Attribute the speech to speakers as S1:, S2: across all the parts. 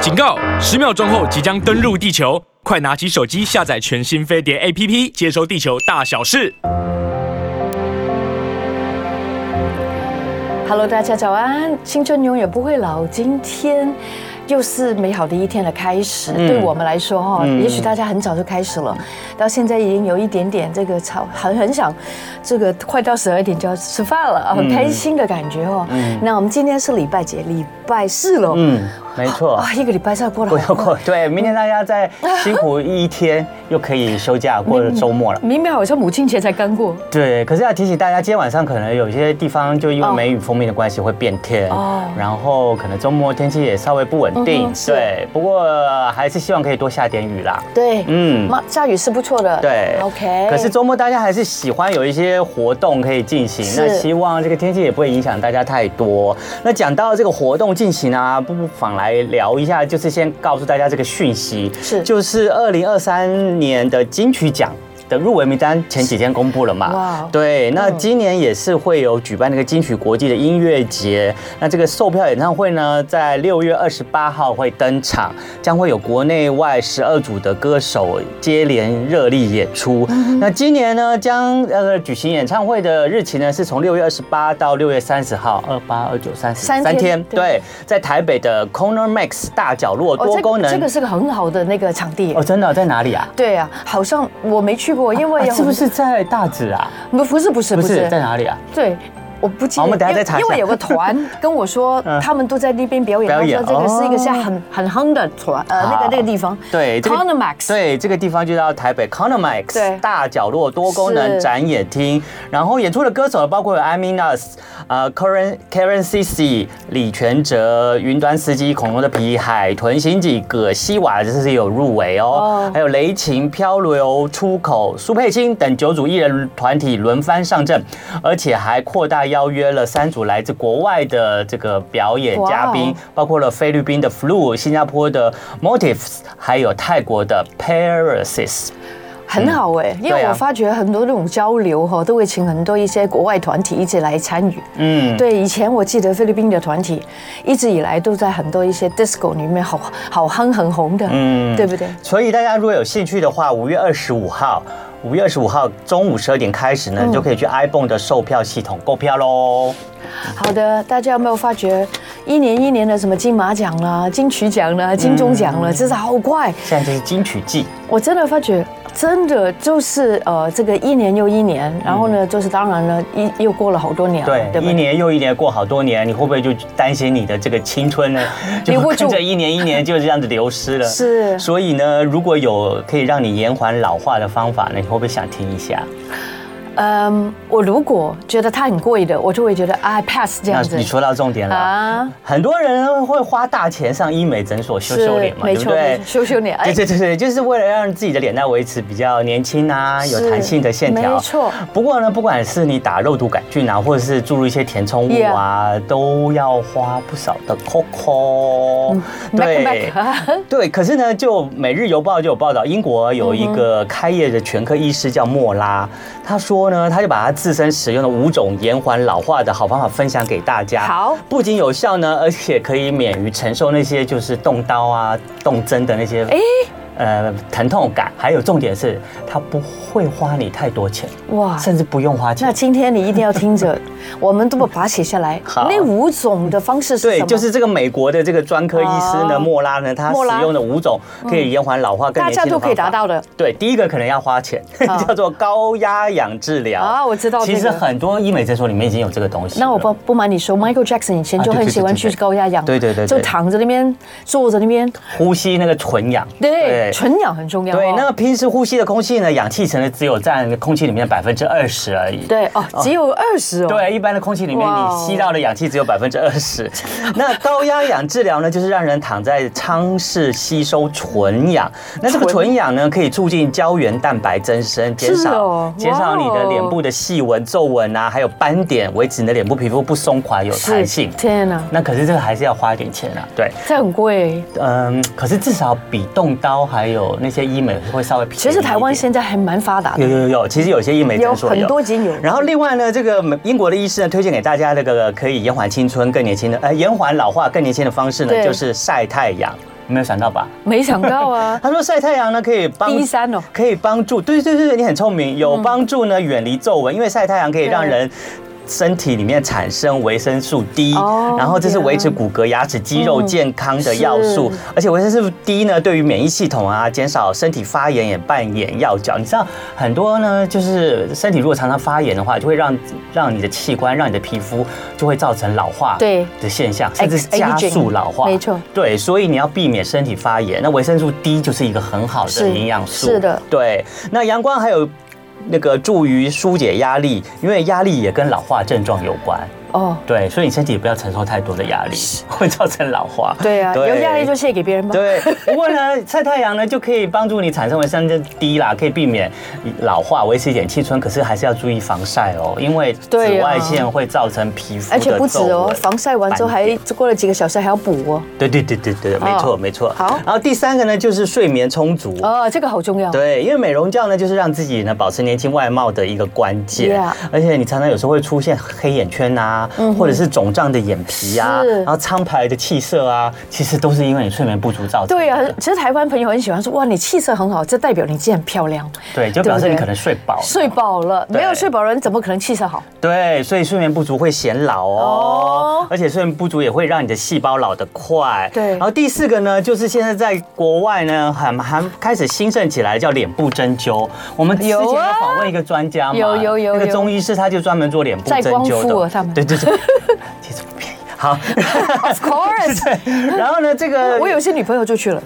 S1: 警告！十秒钟后即将登陆地球，快拿起手机下载全新飞碟 APP，接收地球大小事。
S2: Hello，大家早安！青春永远不会老，今天又是美好的一天的开始。
S3: 嗯
S2: 对我们来说，哈，也许大家很早就开始了，到现在已经有一点点这个超很很想，这个快到十二点就要吃饭了
S3: 嗯
S2: 啊，很开心的感觉哦。那我们今天是礼拜节，礼拜四了，嗯，
S3: 嗯，没错。
S2: 啊，一个礼拜再过了，
S3: 过又过，对，明天大家再辛苦一天，又可以休假过了周末了。
S2: 明明好像母亲节才刚过，
S3: 对，可是要提醒大家，今天晚上可能有些地方就因为
S2: 哦
S3: 梅雨风面的关系会变天，
S2: 哦
S3: 然后可能周末天气也稍微不稳
S2: 嗯
S3: 定
S2: 哼。是
S3: 对，不过还是希望可以多下点雨啦。
S2: 对，
S3: 嗯
S2: 妈，下雨是不错的，
S3: 对
S2: ，OK。
S3: 可是周末大家还是喜欢有一些活动可以进行，
S2: 是
S3: 那希望这个天气也不会影响大家太多。那讲到这个活动进行啊，不妨来聊一下，就是先告诉大家这个讯息，
S2: 是
S3: 就是二零二三年的金曲奖。的入围名单前几天公布了嘛？
S2: 哇
S3: 啊
S2: 哦
S3: 对，那今年也是会有举办那个金曲国际的音乐节。那这个售票演唱会呢，在六月二十八号会登场，将会有国内外十二组的歌手接连热力演出。
S2: 嗯
S3: 那今年呢，将呃举行演唱会的日期呢，是从六月二十八到六月三十号，二八、二九、三十
S2: 三天对
S3: 对，在台北的 Corner Max 大角落
S2: 哦，
S3: 多
S2: 这
S3: 功
S2: 个
S3: 能。
S2: 这个是个很好的那个场地
S3: 哦，，真的在哪里啊？
S2: 对啊，好像我没去过，因为
S3: 啊
S2: 有
S3: 是不是在大直啊？
S2: 不不是不是
S3: 不
S2: 不
S3: 是
S2: 是
S3: 在，哪里啊？
S2: 对。我不记得，
S3: 好我们等下
S2: 因为
S3: 再查一
S2: 因
S3: 下
S2: 为有个 团跟我说，
S3: 嗯
S2: 他们都在那边表演。
S3: 表
S2: 他
S3: 演
S2: 说这个是一个像
S3: 哦
S2: 很很夯的团，呃，那
S3: 好
S2: 个那个地方。
S3: 对这个
S2: Corner Max。
S3: 对，这个地方就叫台北 Conomax
S2: 对
S3: 大角落多功
S2: 是
S3: 能展演厅。然后演出的歌手包括有 I Mean Us、呃 Karen Karen CC、李全哲、云端司机、恐龙的皮、海豚刑警、葛西瓦，这是有入围哦
S2: 哦。
S3: 还有雷霆、漂流、出口、苏佩青等九组艺人团体轮番上阵，而且还扩大邀约了三组来自国外的这个表演嘉
S2: 哇
S3: 宾
S2: 哦，
S3: 包括了菲律宾的 Flu、新加坡的 Motifs，还有泰国的 Parasis。
S2: 很好哎，因
S3: 对
S2: 为
S3: 啊
S2: 我发觉很多那种交流哈，都会请很多一些国外团体一起来参与。
S3: 嗯，
S2: 对，以前我记得菲律宾的团体一直以来都在很多一些 disco 里面好好夯很红的，嗯，对不对？
S3: 所以大家如果有兴趣的话，五月二十五号。五月二十五号中午十二点开始呢，
S2: 嗯
S3: 你就可以去 iBon 的售票系统购票喽。
S2: 好的，大家有没有发觉，一年一年的什么金马奖啦、金曲奖
S3: 嗯
S2: 啦、金钟奖啦，真是好快！
S3: 现在就是金曲季，
S2: 我真的发觉，真的就是呃，这个一年又一年，然后呢，就是当然了，一又过了好多年了，
S3: 嗯对，
S2: 不
S3: 一年又一年过好多年，你会不会就担心你的这个青春呢？
S2: 留
S3: 就
S2: 不住
S3: 跟着一年一年就这样子流失了。
S2: 是
S3: 所以呢，如果有可以让你延缓老化的方法呢，你会不会想听一下？
S2: 嗯，我如果觉得它很贵的，我就会觉得啊，pass 这
S3: 那
S2: 样子
S3: 你说到重点了。
S2: 啊，
S3: 很多人会花大钱上医美诊所修
S2: 是
S3: 修脸嘛，
S2: 没
S3: 对不
S2: 错，
S3: 对
S2: 没错？修修脸，哎
S3: 对对对对，就是为了让自己的脸蛋维持比较年轻啊，有
S2: 是
S3: 弹性的线条。
S2: 没错。
S3: 不过呢，不管是你打肉毒杆菌啊，或者是注入一些填充物啊都要花不少的
S2: 嗯
S3: COCO。
S2: Mac- Mac-
S3: 对，可是呢，就《每日邮报》就有报道，英国有一
S2: 嗯
S3: 个开业的全科医师叫莫拉，他说呢，他就把他自身使用的五种延缓老化的好方法分享给大家。
S2: 好
S3: 不仅有效呢，而且可以免于承受那些就是动刀啊、动针的那些。
S2: 哎
S3: 呃，疼痛感，还有重点是，它不会花你太多钱，
S2: 哇，
S3: 甚至不用花
S2: 那
S3: 钱。
S2: 今天你一定要听 着，我们都把它写下来。
S3: 好
S2: 那五种的方式是什
S3: 对，
S2: 么？
S3: 就是这个美国的这个专科医师
S2: 哦
S3: 呢，莫拉呢，他
S2: 莫拉
S3: 使用的五种可以延缓老化、更
S2: 大
S3: 年
S2: 家
S3: 轻的
S2: 都可以达
S3: 方法
S2: 到的。
S3: 对，第一个可能要花钱，
S2: 啊
S3: 叫做高压氧治疗
S2: 啊我知道这个
S3: 其实很多医美诊所里面已经有这个东西了。
S2: 那我不不瞒你说，Michael Jackson 以前就
S3: 啊对
S2: 很
S3: 对
S2: 喜欢
S3: 对
S2: 去
S3: 对对
S2: 高压氧，
S3: 对对对
S2: 就
S3: 对
S2: 躺着那边，坐着那边，
S3: 呼吸那个纯氧，
S2: 对，纯氧很重要哦。
S3: 对，那平时呼吸的空气呢，氧气层呢只有占空气里面百分之二十而已。
S2: 对哦，只有二十哦。，
S3: 对，一般的空气里面
S2: 哇哦
S3: 你吸到的氧气只有百分之二十。 那高压氧治疗呢，就是让人躺在舱室吸收纯氧。那这个
S2: 纯
S3: 纯氧呢，可以促进胶原蛋白增生，减
S2: 是
S3: 少
S2: 哦
S3: 减少你
S2: 哇
S3: 的
S2: 哦
S3: 脸部的细纹、皱纹啊，还有斑点，维持你的脸部皮肤不松垮、有弹性。
S2: 天哪，
S3: 那可是这个还是要花一点钱啊，对，
S2: 这很贵。
S3: 嗯，可是至少比动刀还有那些医美会稍微便宜一
S2: 其
S3: 点。
S2: 实台湾现在还蛮发达
S3: 有
S2: 的，
S3: 有有有，其实有些医美诊所
S2: 有很多已经有
S3: 然后另外呢，这个英国的医师呢，推荐给大家这个可以延缓青春、更年轻的，呃，延缓老化、更年轻的方式
S2: 对
S3: 呢，就是晒太阳。没有想到吧？
S2: 没想到 啊，
S3: 他说晒太阳呢可以帮
S2: 低三哦嗯
S3: 可以帮助，对对对，你很聪明，有帮助呢远离皱纹，因为晒太阳可以让人。身体里面产生维生素 D，、
S2: 哦
S3: 然后这是维持
S2: 对啊
S3: 骨骼、牙齿、肌肉
S2: 嗯
S3: 健康的要素，
S2: 是
S3: 而且维生素 D 呢，对于免疫系统啊、减少身体发炎也扮演要角。你知道很多呢，就是身体如果常常发炎的话，就会让让你的器官、让你的皮肤就会造成老化
S2: 对哎
S3: 的现象，甚至
S2: Ex-
S3: 加
S2: aging，
S3: 速老化。
S2: 没错，
S3: 对，所以你要避免身体发炎。那维生素 D 就是一个很好的
S2: 是
S3: 营养素。
S2: 是的
S3: 对。那阳光还有那个助于疏解压力，因为压力也跟老化症状有关。
S2: 哦，
S3: 对，所以你身体也不要承受太多的压力，会造成老化。
S2: 对啊，有压力就。卸给别人吧。
S3: 对，不过呢，晒太阳呢就可以帮助你产生维生素 D 啦，可以避免老化，维持一点青春。可是还是要注意防晒哦，因为紫
S2: 对啊
S3: 外线会造成皮肤的
S2: 而且不止
S3: 皱
S2: 哦
S3: 纹，
S2: 防晒完之后
S3: 斑
S2: 还
S3: 点
S2: 过了几个小时还要补哦。
S3: 对对对对对，没错
S2: 哦
S3: 没错。
S2: 好
S3: 然后第三个呢就是睡眠充足。
S2: 哦，这个好重要。
S3: 对，因为美容觉呢，就是让自己呢保持年轻外貌的一个关键
S2: Yeah 嗯
S3: 而且你常常有时候会出现黑眼圈啊，或者是肿胀的眼皮啊，
S2: 是
S3: 然后苍白的气色啊，其实都是因为你睡眠不足造成的。
S2: 对啊，其实台湾朋友很喜欢说，哇，你气色很好，这代表你既然漂亮，
S3: 对，就表示
S2: 对
S3: 你
S2: 不对
S3: 可能睡饱了。
S2: 睡饱了，
S3: 对
S2: 没有睡饱的人怎么可能气色好？
S3: 对，所以睡眠不足会显老哦
S2: 哦，
S3: 而且睡眠不足也会让你的细胞老得快。
S2: 对
S3: 然后第四个呢，就是现在在国外呢，很很开始兴盛起来，叫脸部针灸。我们之前
S2: 有
S3: 有
S2: 啊
S3: 访问一个专家嘛，
S2: 有有有
S3: 那个
S2: 有
S3: 中医师他就专门做脸部
S2: 在
S3: 针
S2: 光
S3: 灸
S2: 复
S3: 的。
S2: 啊他们
S3: 对对对，其实不便宜。好，
S2: Of course，
S3: 对。然后呢，这个
S2: 我有些女朋友就去了，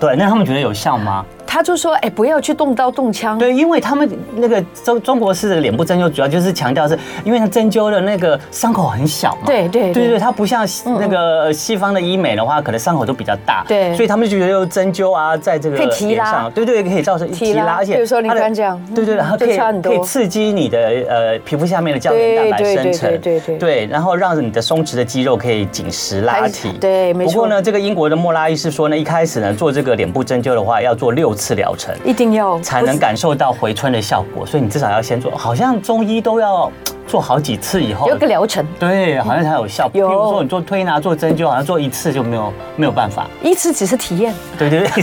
S3: 对，那他们觉得有效吗？
S2: 她就说，哎，不要去动刀动枪。
S3: 对，因为他们那个中中国式的脸部针灸，主要就是强调是因为它针灸的那个伤口很小嘛。
S2: 对对
S3: 对
S2: 对嗯
S3: 对它不像西那个呃西方的医美的话，可能伤口都比较大。
S2: 对
S3: 所以他们就觉得用针灸啊，在这个
S2: 可以提
S3: 脸
S2: 拉
S3: 上对对，可以造成
S2: 提拉比如说你
S3: 它的
S2: 刚刚这样
S3: 对对，
S2: 嗯
S3: 然后可
S2: 就
S3: 以
S2: 差很
S3: 可以
S2: 多
S3: 刺激你的呃皮肤下面的胶原蛋白
S2: 对对
S3: 生成，
S2: 对对对对
S3: 对，然后让你的松弛的肌肉可以紧实拉
S2: 还
S3: 提。
S2: 对没
S3: 不过
S2: 错
S3: 呢，这个英国的莫拉医师说呢，一开始呢做这个脸部针灸的话，要做六次疗程。
S2: 一定要
S3: 才能感受到回春的效果，所以你至少要先做，好像中医都要做好几次以后
S2: 有，个疗程，
S3: 对，好像才有效。比
S2: 有
S3: 如说你做推拿、做针灸，好像做一次就没有没有办法，
S2: 一次只是体验。
S3: 对对对，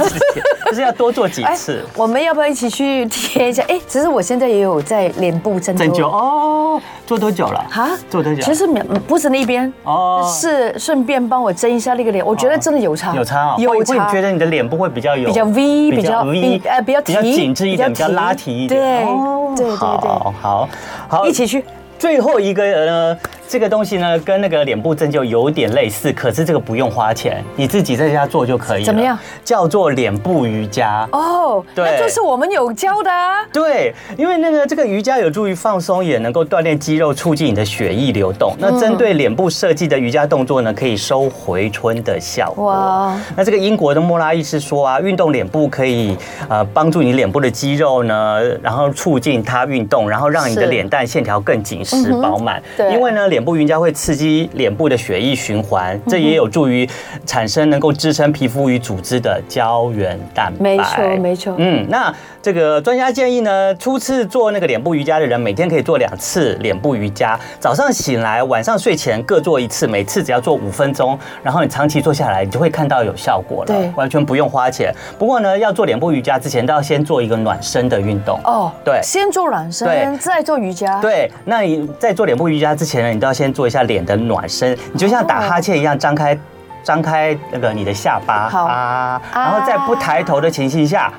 S3: 就是要多做几
S2: 哎
S3: 次。，
S2: 我们要不要一起去贴一下？哎，其实我现在也有在脸部针灸。
S3: 针灸哦，做多久了？
S2: 啊
S3: 做多久？
S2: 其实没不是那边
S3: 哦
S2: 是顺便帮我针一下那个脸，我觉得真的有差，
S3: 有差哦，会
S2: 有
S3: 会
S2: 差
S3: 觉。得你的脸部会比较有
S2: 比较 V，比较
S3: V，
S2: 呃比较
S3: 比较
S2: 提
S3: 紧致一点，比
S2: 比
S3: 较
S2: 较提
S3: 拉提一点。
S2: 对
S3: 哦
S2: 对对对
S3: 好好好，
S2: 哦一起去，
S3: 最后一个呢，这个东西呢，跟那个脸部针灸有点类似，可是这个不用花钱，你自己在家做就可以了。
S2: 怎么样？
S3: 叫做脸部瑜伽。
S2: 哦，
S3: 对
S2: 那就是我们有教的啊。
S3: 对，因为那个这个瑜伽有助于放松，也能够锻炼肌肉，促进你的血液流动。那针对脸部设计的瑜伽动作呢，可以收回春的效果。
S2: 哇
S3: 那这个英国的莫拉医师说啊，运动脸部可以呃帮助你脸部的肌肉呢，然后促进它运动，然后让你的
S2: 是
S3: 脸蛋线条更紧实饱满。
S2: 嗯对
S3: 因为呢，脸部瑜伽会刺激脸部的血液循
S2: 嗯
S3: 环，这也有助于产生能够支撑皮肤与组织的胶原蛋白。
S2: 没错，没错。
S3: 嗯，那这个专家建议呢，初次做那个脸部瑜伽的人，每天可以做两次脸部瑜伽，早上醒来，晚上睡前各做一次，每次只要做五分钟，然后你长期做下来，你就会看到有效果了，
S2: 对
S3: 完全不用花钱。不过呢，要做脸部瑜伽之前，都要先做一个暖身的运动。
S2: 哦，
S3: 对
S2: 先做暖
S3: 对
S2: 身，再做瑜伽。，
S3: 对，那你在做脸部瑜伽之前呢，你都要先做一下脸的暖身，你就像打哈欠一样张开。张开那个你的下巴
S2: 好
S3: 啊，然后在不抬头的情形下，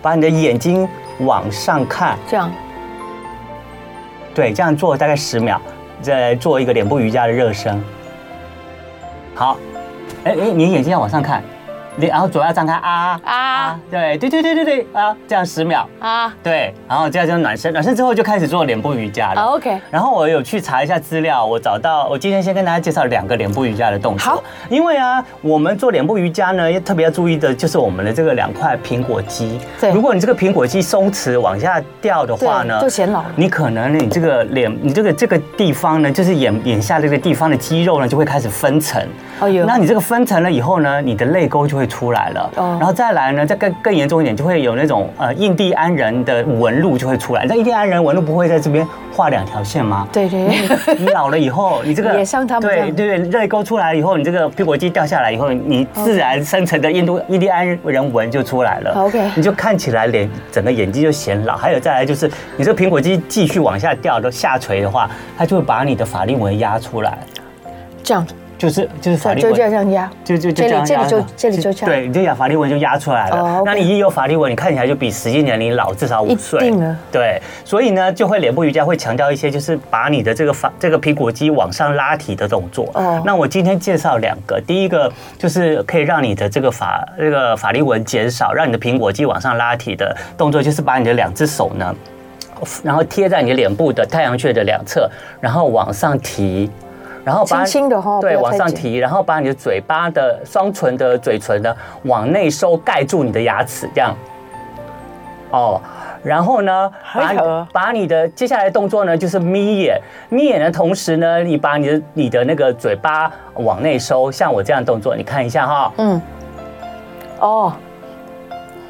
S3: 把你的眼睛往上看，
S2: 这样
S3: 对，这样做大概十秒，再做一个脸部瑜伽的热身。好，哎哎，你眼睛要往上看，你然后左要张开啊啊
S2: 啊，
S3: 对对对对对对啊，这样十秒，
S2: 啊
S3: 对，然后这样就暖身，暖身之后就开始做脸部瑜伽了。
S2: 啊，OK，
S3: 然后我有去查一下资料，我找到我今天先跟大家介绍两个脸部瑜伽的动作
S2: 好。
S3: 因为啊，我们做脸部瑜伽呢，要特别要注意的就是我们的这个两块苹果肌。
S2: 对
S3: 如果你这个苹果肌松弛往下掉的话呢，
S2: 对就显老了
S3: 你可能你这个脸，你这个这个地方呢，就是眼眼下这个地方的肌肉呢，就会开始分层。
S2: 哎呦
S3: 那你这个分层了以后呢，你的泪沟就会出来了。
S2: 哦
S3: 然后啊再来呢，再更更严重一点，就会有那种呃印第安人的纹路就会出来。那印第安人纹路不会在这边画两条线 吗？
S2: 对对对
S3: 你老了以后，你这个
S2: 也像他们这
S3: 对
S2: 样
S3: 对对，泪沟出来以后，你这个屁股肌掉下来以后，你自然生成的印度印第安人纹就出来了。
S2: OK
S3: 你就看起来脸整个眼睛就显老。还有再来就是，你这个苹果肌继续往下掉的下垂的话，它就会把你的法令纹压出来，
S2: 这样，
S3: 就是就是法令
S2: 就这
S3: 纹。
S2: 样压，
S3: 就就就
S2: 这里
S3: 样
S2: 这里
S3: 压
S2: 就
S3: 的
S2: 这里就这样
S3: 对，你就把法令纹就压出来了。
S2: 哦，OK
S3: 那你一有法令纹，你看起来就比实际年龄老至少五
S2: 一
S3: 岁。
S2: 定的
S3: 对，所以呢，就会脸部瑜伽会强调一些，就是把你的这个发这个苹果肌往上拉提的动作。
S2: 哦
S3: 那我今天介绍两个，第一个就是可以让你的这个法这个法令纹减少，让你的苹果肌往上拉提的动作，就是把你的两只手呢，然后贴在你脸部的太阳穴的两侧，然后往上提。然后把
S2: 轻轻地吼不
S3: 对，
S2: 要
S3: 往
S2: 太
S3: 上
S2: 紧
S3: 提，然后把你的嘴巴的双唇的嘴唇呢往内收，盖住你的牙齿，这样。哦，然后呢，把
S2: 还好啊
S3: 把你的接下来的动作呢，就是眯眼，眯眼的同时呢，你把你的你的那个嘴巴往内收，像我这样的动作，你看一下哈、
S2: 嗯，哦，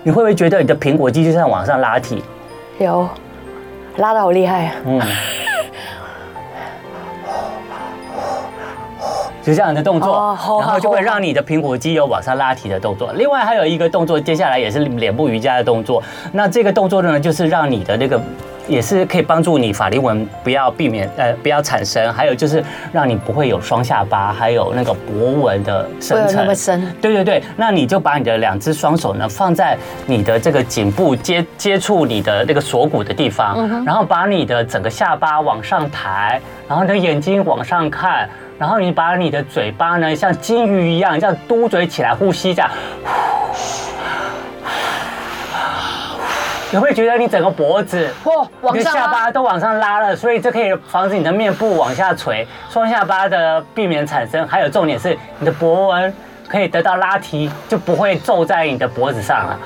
S3: 你会不会觉得你的苹果肌就像往上拉提？
S2: 有，拉的好厉害啊，
S3: 嗯，就这样的动作
S2: 哦，好
S3: 然后就会让你的苹果肌有往上拉提的动作。另外还有一个动作，接下来也是脸部瑜伽的动作。那这个动作呢，就是让你的那个。也是可以帮助你法令纹不要避免呃不要产生，还有就是让你不会有双下巴，还有那个脖纹的
S2: 不
S3: 生
S2: 要
S3: 成。
S2: 那么深，
S3: 对对对，那你就把你的两只双手呢放在你的这个颈部接接触你的那个锁骨的地方，然后把你的整个下巴往上抬，然后你的眼睛往上看，然后你把你的嘴巴呢像金鱼一样这样嘟嘴起来呼吸这样。 你会觉得你整个脖子
S2: 哦，
S3: 你的下巴都往上拉了，所以这可以防止你的面部往下垂，双下巴的避免产生。还有重点是，你的脖纹可以得到拉提，就不会皱在你的脖子上了。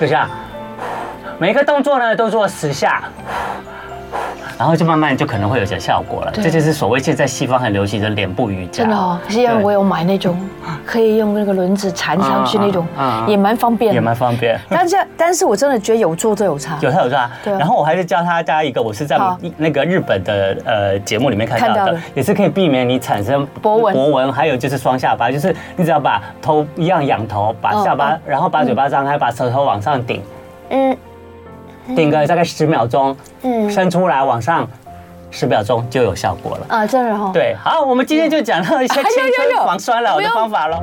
S3: 就这样，每一个动作呢都做十下。然后就慢慢就可能会有些效果了，
S2: 对
S3: 这就是所谓现在西方很流行的脸部瑜伽。
S2: 真的哦，是因为
S3: 对
S2: 我有买那种可以用那个轮子缠上去那种
S3: 嗯嗯嗯，嗯
S2: 也蛮方便
S3: 也
S2: 的。
S3: 蛮方便。
S2: 但是但是我真的觉得有做就有差，
S3: 有他有他，
S2: 对啊
S3: 然后我还是教他大家一个，我是在
S2: 好
S3: 那个日本的呃节目里面看
S2: 看
S3: 到
S2: 到
S3: 的
S2: 了，
S3: 也是可以避免你产生
S2: 博纹
S3: 博纹，还有就是双下巴，就是你只要把头一样仰头，把
S2: 嗯
S3: 下巴
S2: 嗯，
S3: 然后把嘴巴张开，把舌头往上顶，
S2: 嗯
S3: 顶个大概十秒钟，
S2: 嗯
S3: 伸出来往上，十秒钟就有效果了。
S2: 啊，真的哈。
S3: 对，好，我们今天就讲到一些
S2: 哎有
S3: 青春
S2: 有有
S3: 防衰老
S2: 不
S3: 的
S2: 用
S3: 方法喽。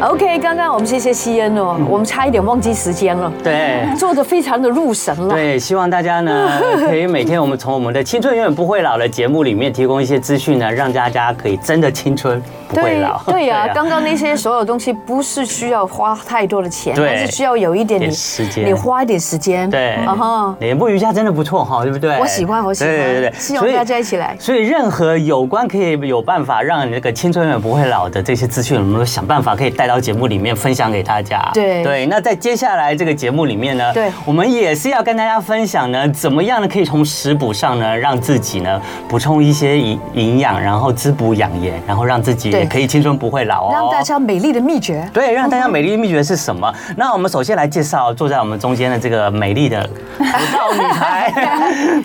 S2: OK，刚刚我们谢谢西恩哦，我们差一点忘记时间了，
S3: 嗯对。
S2: 做的非常的入神了。
S3: 对，希望大家 呢可以每天我们从我们的《青春永远不会老》的节目里面提供一些资讯呢，让大家可以真的青春不会
S2: 对
S3: 老。
S2: 对呀、
S3: 啊
S2: 刚刚那些所有东西不是需要花太多的钱，
S3: 对
S2: 但是需要有一点
S3: 点
S2: 你
S3: 时间
S2: 你花一点时间，
S3: 对哦
S2: 啊哈，
S3: 脸部瑜伽真的不错哈，对不对？
S2: 我喜欢我喜欢
S3: 对对对对，
S2: 希望大家一起来
S3: 所以任何有关可以有办法让你那个青春永远不会老的这些资讯，我们都想办法可以带到节目里面分享给大家。
S2: 对
S3: 对，那在接下来这个节目里面呢，
S2: 对
S3: 我们也是要跟大家分享呢，怎么样呢可以从食补上呢，让自己呢补充一些营营养，然后滋补养颜，然后让自己
S2: 对
S3: 也可以青春不会老哦。
S2: 让大家美丽的秘诀。
S3: 对，让大家美丽秘诀是什么？
S2: 嗯
S3: 那我们首先来介绍坐在我们中间的这个美丽的口罩女 孩，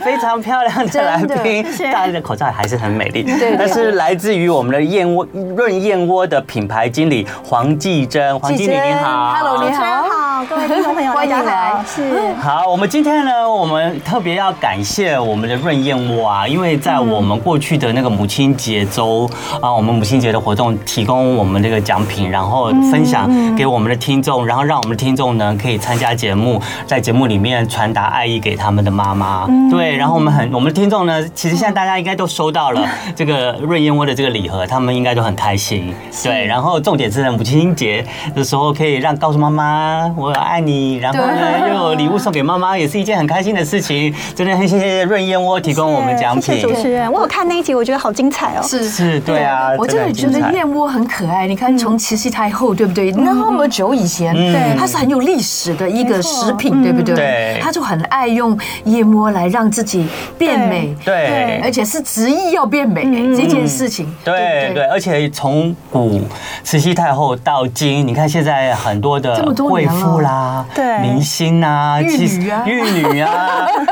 S3: 非常漂亮的来宾，戴着口罩还是很美丽。
S2: 对
S3: 但是来自于我们的燕窝润燕窝的品牌经理黄继珍，黄经理你好
S2: ，Hello，你
S4: 主持人
S2: 好。
S4: 好，各位听众朋友，
S2: 欢
S4: 大
S2: 迎
S4: 家
S2: 来
S4: 好。是，
S3: 好，我们今天呢，我们特别要感谢我们的润燕窝啊，因为在我们过去的那个母亲节周啊，我们母亲节的活动提供我们这个奖品，然后分享给我们的听众，然后让我们的听众呢可以参加节目，在节目里面传达爱意给他们的妈妈。对，然后我们很，我们的听众呢，其实现在大家应该都收到了这个润燕窝的这个礼盒，他们应该都很开心。对，然后重点是呢，母亲节的时候可以让告诉妈妈，我了爱你，然后呢又呃有礼物送给妈妈，也是一件很开心的事情。真的很谢谢润燕窝提供我们奖
S4: 谢
S3: 品
S4: 谢，主持人，我有看那一集，我觉得好精彩哦。
S2: 是
S3: 是对啊
S2: 我真
S3: 真的
S2: 的
S3: 很
S2: 觉得
S3: 精彩嗯
S2: 燕窝很可爱。你看，从慈禧太后，对不对？那么久以前，
S4: 对
S2: 它是很有历史的一个食品，对不对？
S3: 嗯对
S2: 他就很爱用燕窝来让自己变美，
S3: 对嗯
S2: 而且是执意要变美这件事情，
S3: 对
S2: 不
S3: 对，而且从古慈禧太后到今，你看现在很多的
S2: 这么多
S3: 贵
S2: 年了
S3: 妇啦、
S4: 对
S3: 明星啊、
S2: 玉
S3: 其实
S2: 女啊
S3: 玉 女啊，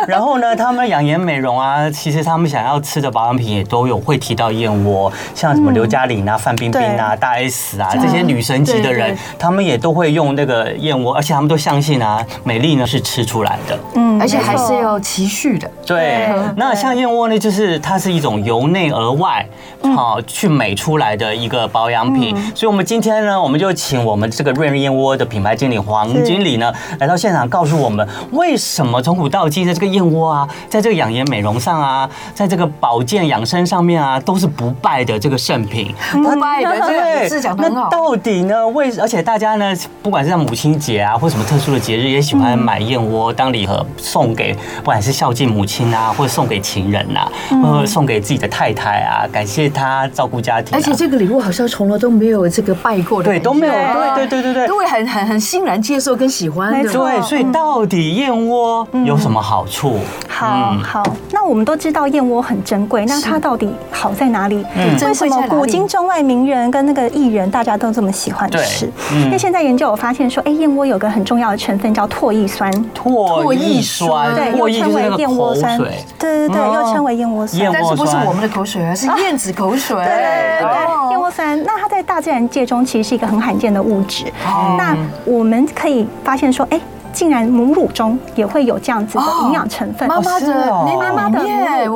S3: 然后呢，他们养颜美容啊，其实他们想要吃的保养品也都有会提到燕窝，像什么刘嘉玲啊、范冰冰啊、
S4: 对
S3: 大 S 啊这些女神级的
S2: 对
S3: 人
S2: 对，
S3: 他们也都会用那个燕窝，而且他们都相信啊，美丽呢是吃出来的。
S4: 嗯
S2: 而且还是
S4: 没错
S2: 要持续的。
S3: 对
S4: 对，
S3: 那
S4: 对
S3: 像燕窝呢，就是它是一种由内而外啊、去美出来的一个保养品。所以，我们今天呢，我们就请我们这个润燕窝的品牌经理黄经理呢，来到现场，告诉我们为什么从古到今的这个燕窝啊，在这个养颜美容上啊，在这个保健养生上面啊，都是不败的这个圣品。
S2: 不败的哎这两个字讲得很
S3: 嗯哎那
S2: 好。
S3: 到底呢？为而且大家呢，不管是在母亲节啊，或什么特殊的节日，也喜欢买燕窝当礼盒送给，不管是孝敬母亲啊，或者送给情人啊，或者送给自己的太太啊，感谢她照顾家庭、啊。
S2: 而且这个礼物好像从来都没有这个拜过的
S3: 对
S2: 感觉，
S3: 都没有，对对
S4: 对
S3: 对对对
S2: 都。会很很很欣然接受跟喜欢
S4: 没
S2: 的。
S4: 错
S3: 对，所以到底燕窝有什么好处？
S4: 好
S3: 嗯
S4: 好，那我们都知道燕窝很珍贵，那它到底好在哪里？
S3: 嗯
S2: 嗯
S4: 为什么古今中外名人跟那个艺人大家都这么喜欢
S3: 对
S4: 吃？
S3: 嗯
S4: 因为现在研究有发现说，哎，燕窝有个很重要的成分叫唾液酸，
S3: 唾液酸，
S4: 对，
S3: 唾
S4: 又
S3: 液就
S4: 称
S3: 是
S4: 为
S3: 那个
S4: 燕窝
S3: 口
S4: 酸
S3: 水。，
S4: 对对对，
S3: 嗯
S4: 又称为燕窝酸。
S3: 燕
S2: 但
S3: 窝
S2: 是不是
S3: 酸
S2: 我们的口水啊，是燕子口水。
S4: 对对
S2: 哦
S4: 对，燕窝酸，那它在大自然界中其实是一个很罕见的物质。那我们可以发现说，哎，竟然母乳中也会有这样子的营养成分。
S2: 妈妈
S3: 是
S2: 的
S3: 哦，
S4: 妈妈的母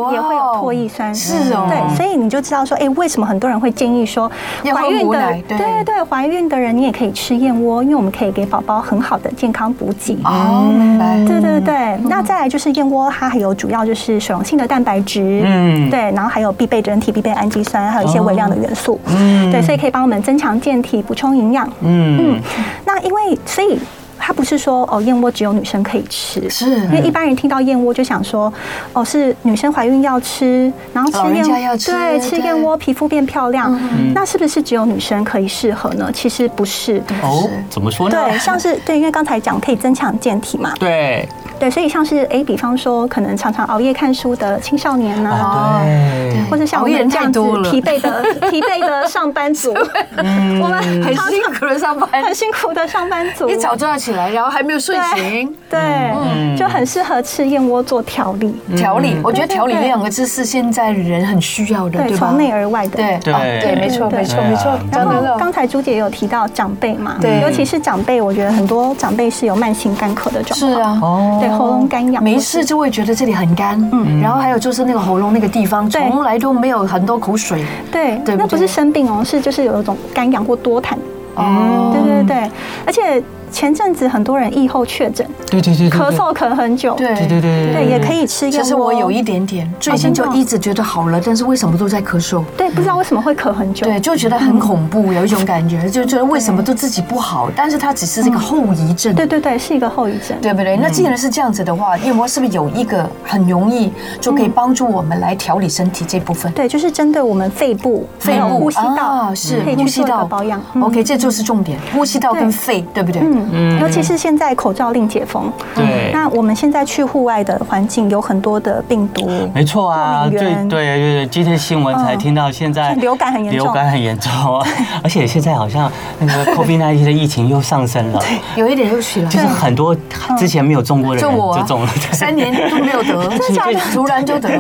S4: 乳也会有唾液
S2: 液。
S4: 酸，嗯
S2: 是哦
S4: 对，所以你就知道说，哎，为什么很多人会建议说，
S2: 要喝母奶对
S4: 对对对，怀孕的人你也可以吃燕窝，因为我们可以给宝宝很好的健康补给。
S2: 哦，明白。
S4: 对对对，那再来就是燕窝，它还有主要就是水溶性的蛋白质，
S3: 嗯
S4: 嗯，对，然后还有必备人体必备氨基酸，还有一些微量的元素，嗯，对，所以可以帮我们增强健体，补充营养。
S3: 嗯，
S4: 那因为所以。它不是说哦，燕窝只有女生可以吃，
S2: 是
S4: 因为一般人听到燕窝就想说，哦，是女生怀孕要吃，然后吃
S2: 老人
S4: 燕
S2: 家要吃
S4: 对，吃
S2: 对嗯
S4: 燕窝皮肤变漂亮，那是不是只有女生可以适合呢？其实不是，
S3: 哦，怎么说呢？
S4: 对，像是对，因为刚才讲可以增强健体嘛，
S3: 对
S4: 对，所以像是诶，比方说可能常常熬夜看书的青少年呐、
S3: 啊，对，
S4: 或者像
S2: 哦
S4: 我
S2: 熬夜人
S4: 们这样
S2: 太
S4: 子
S2: 多了
S4: 疲惫的 疲惫的上班族，我们
S2: 很
S4: 常
S2: 辛苦的上班
S4: 很，辛苦的上班族，
S2: 一早就嗯要起来，然后还没有睡醒。
S4: 对，就很适合吃燕窝做调理，
S2: 调理，我觉得
S4: 对对
S2: 调理
S4: 对
S2: 这两个字是现在人很需要的，
S4: 对，
S2: 对吧？
S4: 从内而外的。
S2: 对
S3: 对
S2: 哦对，没错
S4: 对
S2: 没错
S3: 对啊
S2: 没错，讲得
S4: 然后
S2: 很好
S4: 刚才朱姐也有提到长辈嘛，
S2: 对
S4: 尤其是长辈，我觉得很多长辈是有慢性干咳的状
S2: 是
S4: 况，
S2: 啊。
S3: 哦
S4: 对，喉咙干痒，
S2: 没事就会觉得这里很干，嗯，然后还有就是那个喉咙那个地方，
S4: 对
S2: 从来都没有很多口水，
S4: 对，
S2: 对不
S4: 那不
S2: 对
S4: 是生病哦，是就是有一种干痒或多痰。
S2: 哦，
S4: 对对对，而且前阵子很多人疫后确诊，
S3: 对对对，对
S4: 咳，嗽咳很久，
S2: 对
S3: 对对对
S4: 对，也可。以吃燕窝。
S2: 其实我有一点点，最近就
S4: 真的哦
S2: 一直觉得好了，但是为什么都在咳嗽？
S4: 对，不知道为什么会咳很久，
S2: 对，就觉得很恐怖，
S4: 嗯
S2: 有一种感觉，就觉得为什么都自己不好，但是它只是这个后遗症，
S4: 嗯对嗯对对，是一个后遗症。
S2: 对不对？那既然是这样子的话，燕窝是不是有一个很容易就可以帮助我们来调理身体这部分？
S4: 对，就是针对我们肺部、哦还有
S2: 部
S4: 呼吸道嗯
S2: 啊，是
S4: 可以
S2: 呼
S4: 去
S2: 吸
S4: 做一
S2: 道
S4: 个保养。嗯
S2: OK，这就是重点，呼吸道跟
S4: 对
S2: 肺，对不对？
S4: 嗯，尤其是现在口罩令解封，
S3: 对
S4: 那我们现在去户外的环境有很多的病 毒，
S3: 没错啊，
S4: 过
S3: 对
S4: 敏
S3: 对
S4: 源
S3: 对对，今天新闻才
S4: 嗯
S3: 听到，现在
S4: 流感很严重
S3: 流感很 严重啊，而且现在好像那个 COVID-19 的疫情又上升了，
S2: 有一点又起来
S3: 就是
S2: 了。
S3: 很多
S4: 嗯
S3: 之前没有中过的
S2: 就
S3: 人
S2: 我
S3: 就
S2: 啊
S3: 中了，对
S2: 三年都没有 得，
S4: 的假的
S2: 突然就得，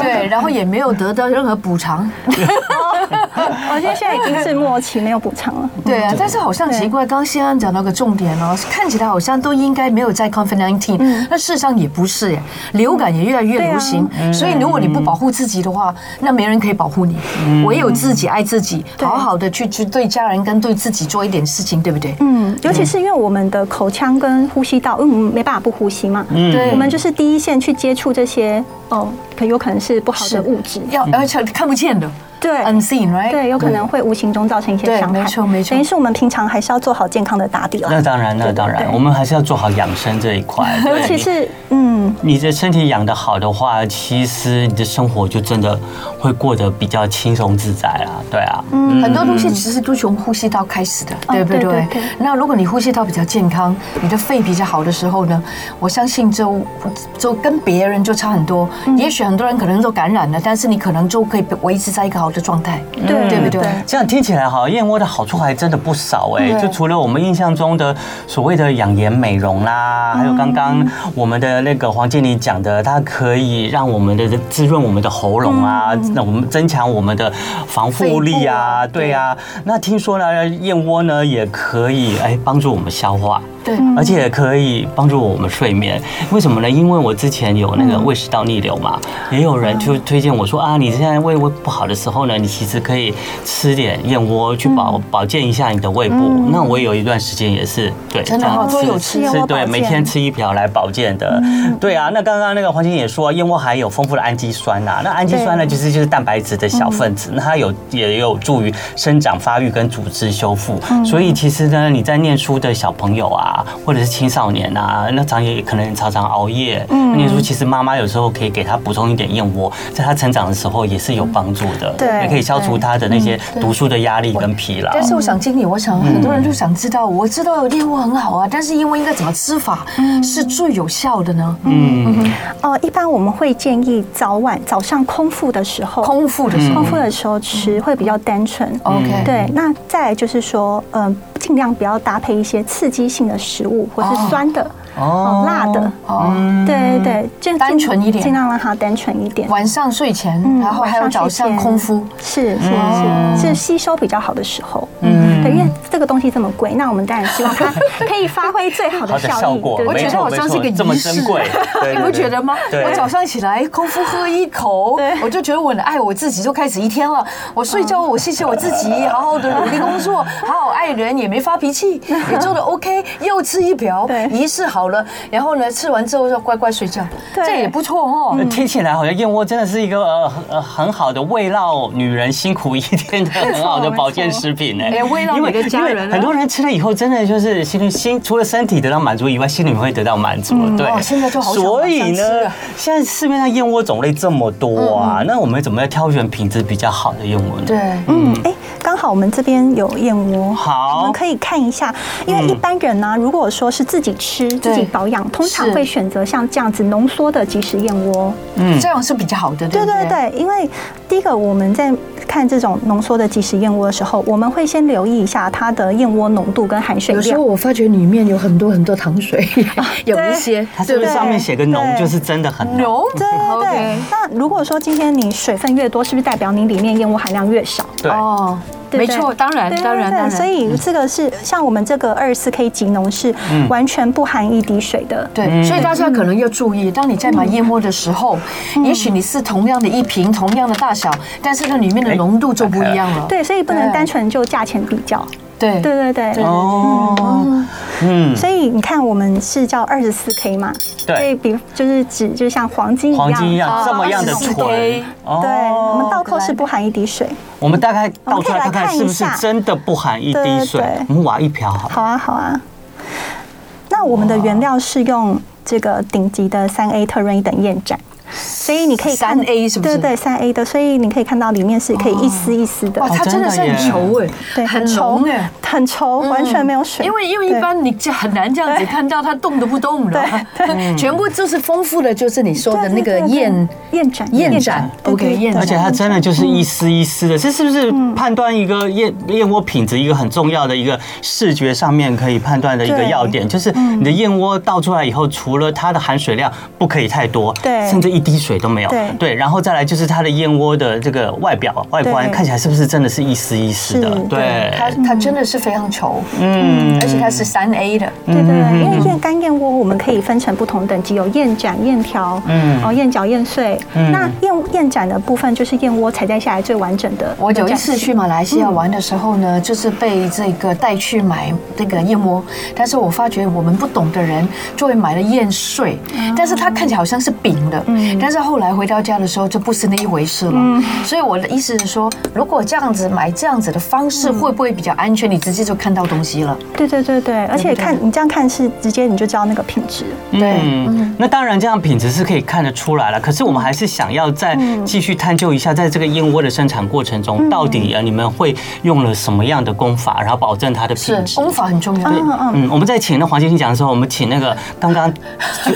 S2: 对，然后也没有得到任何补偿，
S4: 我觉得现在已经是末期，没有补偿了。
S2: 对啊，但是好像奇怪，刚刚先安讲到个重点哦，看起来好像都应该没有在 COVID 19，那事实上也不是耶，流感也越来越流行，所以如果你不保护自己的话，那没人可以保护你，唯有自己爱自己，
S4: 对
S2: 好好的去去对家人跟对自己做一点事情，对不对？
S4: 嗯，尤其是因为我们的口腔跟呼吸道，因为我们没办法不呼吸嘛，
S3: 嗯
S2: 对
S4: 我们就是第一线去接触这些哦，可有可能是不好
S2: 是
S4: 的物质，
S2: 要而且看不见的，
S4: 对
S2: unseen right？
S4: 对，有可能会无形中造成一些
S2: 哎嗯对
S4: 伤害。
S2: 没错没错
S4: 等于是我们平常还是要做好健康的打底
S3: 那
S4: 啦。
S3: 当然，那当然，我们还是要做好养生这一块，
S4: 尤其
S3: 对
S4: 是嗯，
S3: 你的身体养得好的话，其实你的生活就真的会过得比较轻松自在啦。对啊，
S4: 嗯
S2: 很多东西其实都从呼吸道开始的，
S4: 哦
S2: 对不对
S4: 对对对
S2: 那如果你呼吸道比较健康，你的肺比较好的时候呢，我相信就就跟别人就差很多。
S4: 嗯
S2: 也许很多人可能都感染了，但是你可能就可以维持在一个好的状态，
S4: 对
S2: 对不对？
S3: 这样听起来哈，燕窝的好处还真的不少哎。
S2: 对
S3: 就除了我们印象中的所谓的养颜美容啦，
S2: 嗯
S3: 还有刚刚我们的那个黄经理讲的，它可以让我们的滋润我们的喉咙啊，
S2: 嗯
S3: 那我们增强我们的防护力啊，对啊。那听说呢，燕窝呢也可以哎帮助我们消化。
S2: 对，
S4: 嗯
S3: 而且可以帮助我们睡眠。为什么呢？因为我之前有那个胃食道逆流嘛，也有人就推荐我说啊，你现在胃胃不好的时候呢，你其实可以吃点燕窝去保保健一下你的胃部。那我有一段时间也是对，
S2: 真的
S3: 这样
S2: 好
S3: 吃
S2: 多有
S4: 吃燕窝
S3: 是
S4: 保
S3: 对，
S4: 健
S3: 每天吃一瓢来保健的。
S2: 嗯
S3: 对啊，那刚刚那个黄姐也说，燕窝含有丰富的氨基酸呐、那氨基酸呢，其实就是蛋白质的小分
S2: 嗯
S3: 子，那它有也有助于生长发育跟组织修复。
S2: 嗯
S3: 所以其实呢，你在念书的小朋友啊，或者是青少年啊，那常也可能常常熬夜，
S2: 嗯
S3: 那念书其实妈妈有时候可以给他补充一点燕窝，在他成长的时候也是有帮助
S2: 嗯
S3: 的，
S4: 对
S3: 也可以消除
S4: 对
S3: 他的那些读书的压力跟疲劳。
S2: 但是我想经理，我
S4: 嗯
S2: 想很多人都想知道，我知道燕窝很好啊，但是燕窝应该怎么吃法
S4: 嗯
S2: 是最有效的呢？
S3: 嗯，
S4: 呃，一般我们会建议早晚早上空腹的时候，
S2: 空腹的嗯哦时候
S4: 空腹的时候吃会比较单纯。
S2: ，OK，，
S4: 嗯对，那再来就是说，嗯，尽量不要搭配一些刺激性的食物，或
S2: 哦
S4: 是酸的、哦辣的。
S2: 哦，
S4: 对对对，就尽
S2: 单纯一点
S4: 尽量让它单纯一点。
S2: 晚上睡前，
S4: 嗯
S2: 然后还有早上空腹。
S4: 是是
S3: 嗯
S4: 是，是吸收比较好的时候。嗯，对，因为这个东西这么贵，那我们当然希望它可以发挥最好
S3: 好
S4: 的
S3: 的
S4: 效益。
S3: 效果，
S4: 对不
S2: 我
S4: 对
S2: 觉得
S3: 没错
S2: 好
S3: 没
S2: 像是
S3: 错
S2: 一个
S3: 这么
S2: 仪式
S3: 珍 贵，对
S2: 你
S3: 对
S2: 不
S3: 对
S2: 觉得吗？
S3: 对
S2: 我早上起来空腹喝一口，
S4: 对嗯
S2: 我就觉得我很爱我自己，就开始一天了。我睡觉，我谢谢我自己，好好的努力工 作，好好爱人，也没发脾气，也做的 OK，又吃一瓢
S4: 对，
S2: 仪式好了。然后呢，吃完之后就乖乖睡觉，
S4: 对嗯
S2: 这也不错哦。
S3: 呃听起来好像燕窝真的是一个呃很呃很好的慰劳女人辛苦一天的很好的保健食品呢。
S2: 哎慰劳
S3: 因为
S2: 你的家人啊
S3: 因为很多人吃了以后，真的就是心里心除了身体得到满足以外，心里会得到满足。对
S2: 哇，嗯哦现在就好想
S3: 所以
S2: 马上吃啊，
S3: 呢
S2: 嗯
S3: 现在市面上燕窝种类这么多啊，那我们怎么样挑选品质比较好的燕窝呢？
S2: 对，，
S4: 嗯，哎，刚好我们这边有燕窝，
S3: 好嗯
S4: 我们可以看一下，因为一般人呢、如果说是自己吃、自己保养，通常
S2: 是
S4: 会选择像这样子浓缩的即食燕窝。
S2: 这样是比较好的，
S4: 对
S2: 不
S4: 对对，因为第一个我们在看这种浓缩的即食燕窝的时候，我们会先留意一下它的燕窝浓度跟含水
S2: 有时候
S4: 量。
S2: 我发觉里面有很多很多糖 水，有一些
S3: 它是不是
S4: 对
S3: 上面写个浓，
S4: 对
S3: 就是真的很浓？
S2: 浓，
S4: 对对对
S2: OK，
S4: 那如果说今天你水分越多，是不是代表你里面燕窝含量越少？
S3: 对，
S2: 哦，
S4: 对
S2: 没
S4: 不对
S2: 错，当
S3: 啊
S2: 然
S4: 对对
S2: 当然
S4: 对
S2: 当然，
S4: 所以这个是呃像我们这个二十四 K 极浓是
S3: 嗯
S4: 完全不含一滴水的。
S2: 对，所以大家可能要注意，当你在买燕窝的时候，
S4: 嗯
S2: 也许你是同样的一瓶、同样的大小，但是它里面的浓度就不一样了。
S4: 对，所以不能
S2: 对
S4: 单纯就价钱比较。
S2: 对
S4: 哎对对对。
S3: 哦，嗯，
S4: 所以你看，我们是叫二十四 K 嘛，
S3: 对
S4: 所以比就是指就像黄金一样，
S3: 黄金一样
S2: 哦
S3: 这么样的
S2: 24
S3: 纯
S2: K，
S3: 哦
S4: 对，我们倒扣是不含一滴水。
S3: 我们大概倒出来看
S4: 我们可以来
S3: 看
S4: 看一
S3: 是
S4: 下
S3: 不是真的不含一滴水
S4: 对对对。
S3: 我们挖一瓢好了。
S4: 好啊，好啊。那我们的原料是用这个顶级的三 A 特润一等燕盏，所以你可以看
S2: 3A 是不是
S4: 对对，三 A 的，所以你可以看到里面是可以一丝一丝哦的
S2: 哇，，哦它真的是很稠哎，
S4: 对，
S2: 很
S4: 稠
S2: 浓哎。，
S4: 很稠，完全没有水。
S2: 因为因为一
S4: 对
S2: 般你这很难这样子
S4: 对
S2: 看到它动都不动了， 全部就是丰富的，就是你说的那个
S4: 对对对
S2: 燕
S4: 燕盏
S2: 燕盏
S4: 对对
S2: ，OK，燕
S3: 而
S2: 盏
S3: 且它真的
S4: 嗯
S3: 就是一丝一丝的，这是不是判断一个燕燕窝品质一个很重要的一个视觉上面可以判断的一个
S4: 对
S3: 要点？就是你的燕窝倒出来以后，除了它的含水量不可以太多，
S4: 对
S3: 甚至一滴水都没有，
S4: 对
S3: 对，然后再来就是它的燕窝的这个外表外观
S4: 对
S3: 看起来是不是真的是一丝一丝的
S4: 是？
S3: 对，
S2: 它它真的是非常稠，
S3: 嗯
S2: 而且它是三 A 的，
S4: 对对对，因为燕干燕窝我们可以分成不同等级，有燕盏、燕条，
S3: 嗯
S4: 嗯，哦，燕角、燕碎。
S3: 嗯
S4: 那燕燕盏的部分就是燕窝采摘下来最完整的。
S2: 我有一次去马来西亚玩的时候呢，就是被这个带去买这个燕窝，但嗯是我发觉我们不懂的人就会买了燕碎，但是它看起来好像是饼的，但是后来回到家的时候，就不是那一回事了。所以我的意思是说，如果这样子买这样子的方式，会不会比较安全？你直接就看到东西了。
S4: 对对对对，而且看你这样看是直接你就知道那个品质。
S2: 对，
S3: 嗯，那当然，这样品质是可以看得出来了。可是我们还是想要再
S2: 嗯
S3: 继续探究一下，在这个燕窝的生产过程中，到
S2: 嗯
S3: 底呃你们会用了什么样的功法，然后保证它的
S2: 是哦
S3: 品质？
S2: 功法很重要。
S4: 嗯嗯，
S3: 嗯，我们在请那黄晶晶讲的时候，我们请那个刚刚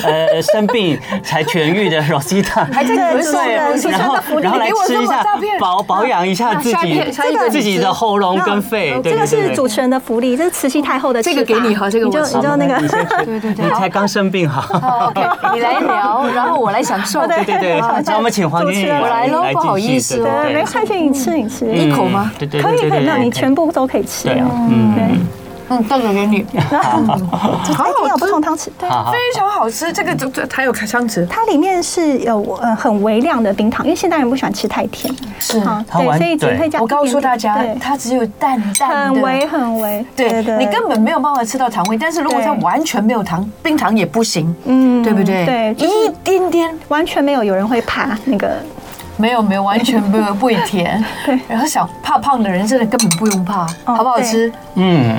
S3: 呃生病才痊愈的 Rosita，
S2: 还在咳嗽
S3: 对
S2: 呢你说
S3: 然后
S2: 真的服你
S3: 然后来
S2: 给我这
S3: 吃
S2: 么
S3: 一下
S2: 诈骗
S3: 保保养一下
S2: 那
S3: 自
S2: 下一
S3: 己
S2: 片下一个
S3: 自己
S2: 你吃
S3: 的喉咙嗯跟肺。
S2: 嗯
S3: 对
S4: 哦这
S3: 对对
S4: 个是
S3: 对
S4: 主持人的福利，这是慈禧太后的吃法。
S2: 这个给你喝这个我
S4: 你就
S2: 吃
S4: 你就那
S3: 你
S4: 个
S3: 先吃嗯
S2: 对对对
S3: 你
S2: 好
S3: 才刚生病哈。
S2: 哦 OK，你来聊，然后我来享受。
S4: 对
S3: 对对，
S2: 好这
S3: 那我们请黄经理
S4: 主持人
S2: 我来咯
S3: 继续
S2: 不好意思哦
S3: 对对对
S4: 对，没关系，你呃吃你吃，
S2: 一口吗
S3: 嗯对对，
S4: 可
S3: 对
S4: 以
S3: 对
S4: 可
S3: 对
S4: 以，没有
S3: 对
S4: 你
S3: 对
S4: 全部都可以吃
S3: 对
S4: 哦。
S3: 嗯，
S4: 对，
S2: 嗯，这个给你，
S4: 好好有不同汤匙，对，
S3: 好好
S2: 非常好吃。这个就就还有烤香子，
S4: 它里面是有呃很微量的冰糖，因为现代人不喜欢吃太甜，
S2: 是
S4: 啊，
S3: 它完
S4: 对，所以只
S3: 对
S4: 会加一点点。
S2: 我告诉大家
S4: 对，
S2: 它只有淡淡的，
S4: 很微很微，
S2: 对你根本没有办法吃到糖味，但是如果它
S4: 对
S2: 完全没有糖，冰糖也不行，
S4: 嗯
S2: 对不对？
S4: 对就是
S2: 一点点
S4: 完全没有有人会怕那个，
S2: 没有没有，完全没有不会甜。
S4: 对
S2: 然后想怕胖的人真的根本不用怕，
S4: 哦
S2: 好不好吃？
S3: 嗯，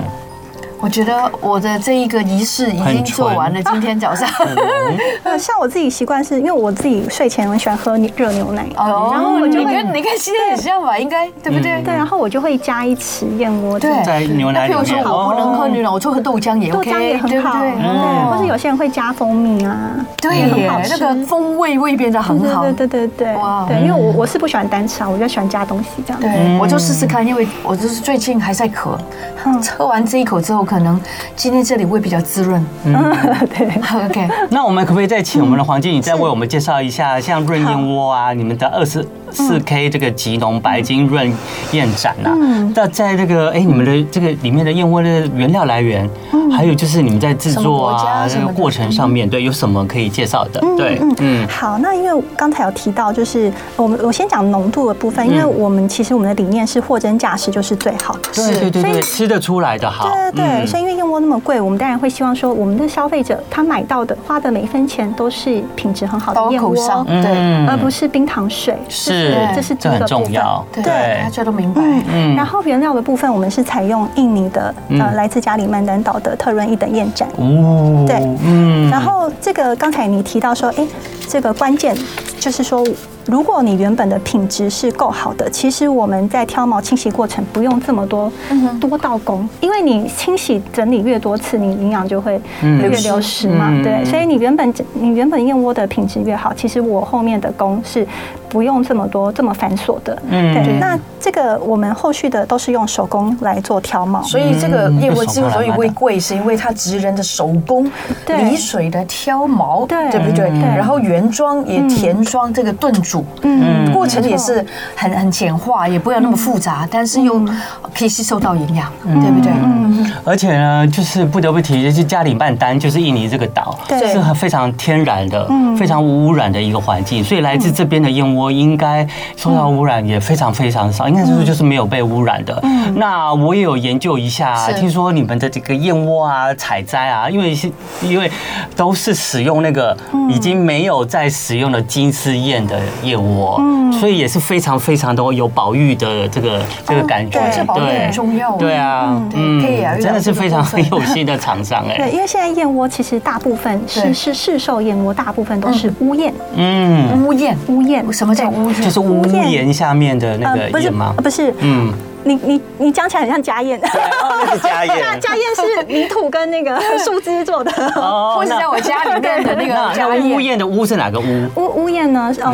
S2: 我觉得我的这一个仪式已经做完了，今天早上。
S3: 嗯
S2: 嗯
S4: 呃，像我自己习惯是因为我自己睡前很喜欢喝牛热牛奶，然后
S2: 哦，
S4: 我就
S2: 你
S4: 会
S2: 跟你跟现在也是这样吧，应该对不对？
S4: 对，然后我就会加一匙燕窝进去，
S2: 对
S3: 在牛奶
S2: 那
S3: 里
S2: 譬如
S3: 面哦
S2: 说我不能喝牛奶，我就喝豆浆也
S4: 豆
S2: OK，
S4: 浆也
S2: 对
S4: 很
S2: 不
S4: 好，
S2: 对？哦
S4: 对，或者有些人会加蜂蜜啊，
S2: 对
S4: 也很
S2: 耶
S4: 好，吃
S2: 那个风味会变得很好
S4: 对。对对对对
S2: 哇，
S4: 对，因为我我是不喜欢单吃啊，我就喜欢加东西这样子。
S2: 对，我就试试看，因为我就是最近还在咳，
S4: 嗯
S2: 喝完这一口之后，可能今天这里会比较滋润。嗯
S4: 对，
S2: OK，
S3: 那我们可不可以再请我们的黄经理再为我们介绍一下，像润燕窝啊，你们的二十四 K 这个吉农白金润燕展啊，那在这个哎你们的这个里面的燕窝的原料来源，还有就是你们在制作啊
S2: 什么国家什
S3: 这
S2: 么的
S3: 个过程上面，对，有什么可以介绍的？对，嗯
S4: 嗯，好，那因为刚才有提到，就是我们我先讲浓度的部分，因为我们其实我们的理念是货真价实就是最好的。
S3: 对对对
S4: 所
S3: 对，
S4: 以
S3: 吃得出来的好，
S4: 对对
S3: 嗯
S4: 对，所以因为燕窝那么贵，我们当然会希望说，我们的消费者他买到的花的每一分钱都是品质很好
S2: 刀
S4: 的燕
S2: 口上
S4: 窝，
S2: 对
S3: 嗯
S4: 而不是冰糖水。
S3: 是
S4: 这是第
S3: 这
S4: 一
S3: 很
S4: 个部
S3: 重
S4: 分
S3: 要，
S2: 对，大家都明白。
S4: 嗯，然后原料的部分，我们是采用印尼的呃
S3: 嗯
S4: 来自加里曼丹岛的特润一等燕盏。
S3: 哦，
S4: 对
S3: 嗯
S4: 然后这个刚才你提到说，哎，这个关键就是说，如果你原本的品质是够好的，其实我们在挑毛清洗过程不用这么多
S3: 嗯
S4: 多道工，因为你清洗整理越多次，你营养就会越流失嘛
S3: 嗯，
S4: 对，所以你原本你原本燕窝的品质越好，其实我后面的工是不用这么多这么繁琐的，
S3: 嗯
S4: 对，那这个我们后续的都是用手工来做挑毛，
S2: 所以这个
S3: 嗯
S2: 燕窝
S3: 用手
S2: 之所以
S3: 慢慢
S2: 会
S3: 地
S2: 贵，是因为它职人的手工、
S4: 对
S2: 理水的挑毛，
S4: 对
S2: 对不对？
S4: 嗯
S2: 然后原装也填装这个炖煮，
S4: 嗯
S2: 过程也是很很简化，也不要那么复杂，但是又
S4: 嗯
S2: 可以吸收到营养，对不对？
S3: 而且呢，就是不得不提，就是加里曼丹，就是印尼这个岛，
S4: 对嗯
S3: 是很非常天然的、非常无污染的一个环境，所以来自这边的燕窝应该受到污染也非常非常
S4: 嗯
S3: 少，应该是说就是没有被污染的。那我也有研究一下，
S2: 是
S3: 听说你们的这个燕窝啊、采摘啊，因为是因为都是使用那个
S4: 嗯
S3: 已经没有在使用的金丝燕的燕窝，
S4: 嗯
S3: 所以也是非常非常的有保育的这个这个感觉
S4: 哦对，
S2: 这保育很重要哦
S3: 对啊，
S2: 嗯对可以啊遇到
S3: 真的是非常
S2: 这个部分
S3: 有心的厂商哎、
S4: 对，因为现在燕窝其实大部分
S2: 哦对
S4: 是是市售燕窝，大部分都是屋燕，
S3: 嗯，
S2: 乌燕，
S4: 屋燕
S2: 什么叫乌燕？
S3: 就是屋檐下面的那个
S4: 不是
S3: 燕吗
S4: 呃？不是，
S3: 嗯，哦
S4: 你你你讲起来很像家燕，
S3: 那是家
S4: 家家燕是泥土跟那 个树枝做的。
S3: 哦
S2: 或是在我家里面的那
S3: 那
S2: 个家
S3: 那屋
S2: 燕，
S3: 檐的屋是哪个屋？
S4: 屋屋燕呢，呃，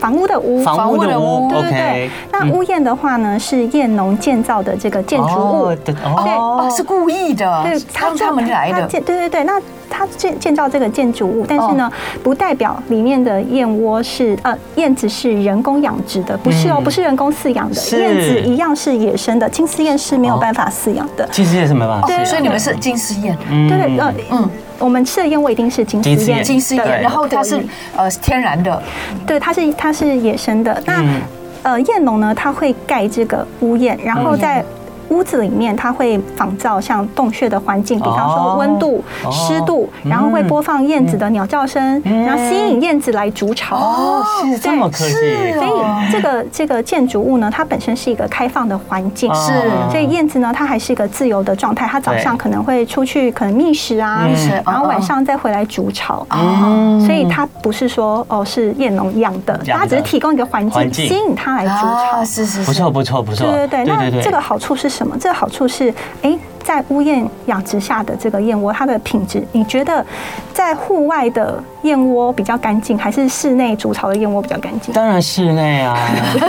S4: 房屋的屋。
S3: 嗯房
S2: 房
S3: 屋的屋
S2: 屋的屋
S4: 对对对
S3: ，OK，。嗯
S4: 那屋燕的话呢，是燕农建造的这个建筑物
S3: 哦。对
S4: 对
S3: 哦，
S2: 哦，是故意的，
S4: 对，
S2: 让他们来
S4: 它
S2: 的。
S4: 建对对对，那它建建造这个建筑物，但是呢，不代表里面的燕窝是呃燕子是人工养殖的，不是哦，
S3: 嗯
S4: 不是人工饲养的，
S3: 是
S4: 燕子一样是野生的，金丝燕是没有办法饲养的。
S3: 其实也是没办法吃啊，
S4: 对
S2: 哦所以你们是金丝燕，
S3: 嗯
S4: 对对呃
S2: 嗯
S4: 嗯，我们吃的燕窝一定是金丝
S3: 金丝燕
S4: 燕，
S2: 金丝燕，
S3: 对
S2: 然后它是呃天然的，
S4: 对，它是它是野生的。那
S3: 嗯
S4: 呃，燕农呢，它会盖这个屋檐，然后在屋子里面它会仿照像洞穴的环境，比
S3: 哦
S4: 方
S3: 嗯
S4: 说温度、湿度，然后会播放燕子的鸟叫声，然后吸引燕子来筑巢。
S3: 哦，是这么科技，
S4: 所以这个这个建筑物呢，它本身是一个开放的环境，
S3: 是
S4: 所以燕子呢，它还是一个自由的状态，它早上
S3: 对嗯
S4: 可能会出去可能觅食啊
S3: 觅
S2: 食，
S4: 然后
S2: 哦
S4: 晚
S2: 哦
S4: 上再回来筑巢。
S2: 啊
S3: 哦嗯
S4: 哦所以它不是说哦是燕农养的，
S3: 养的
S4: 它只是提供一个环
S3: 环
S4: 境
S3: 境
S4: 吸引它来筑巢
S2: 啊，。是是
S3: 不
S2: 是，
S3: 错不错不错，
S4: 对对对，那
S3: 对对
S4: 这个好处是什么？这个好处是，哎，在屋燕养殖下的这个燕窝，它的品质，你觉得在户外的燕窝比较干净，还是室内筑巢的燕窝比较干 净？
S3: 当然室内啊，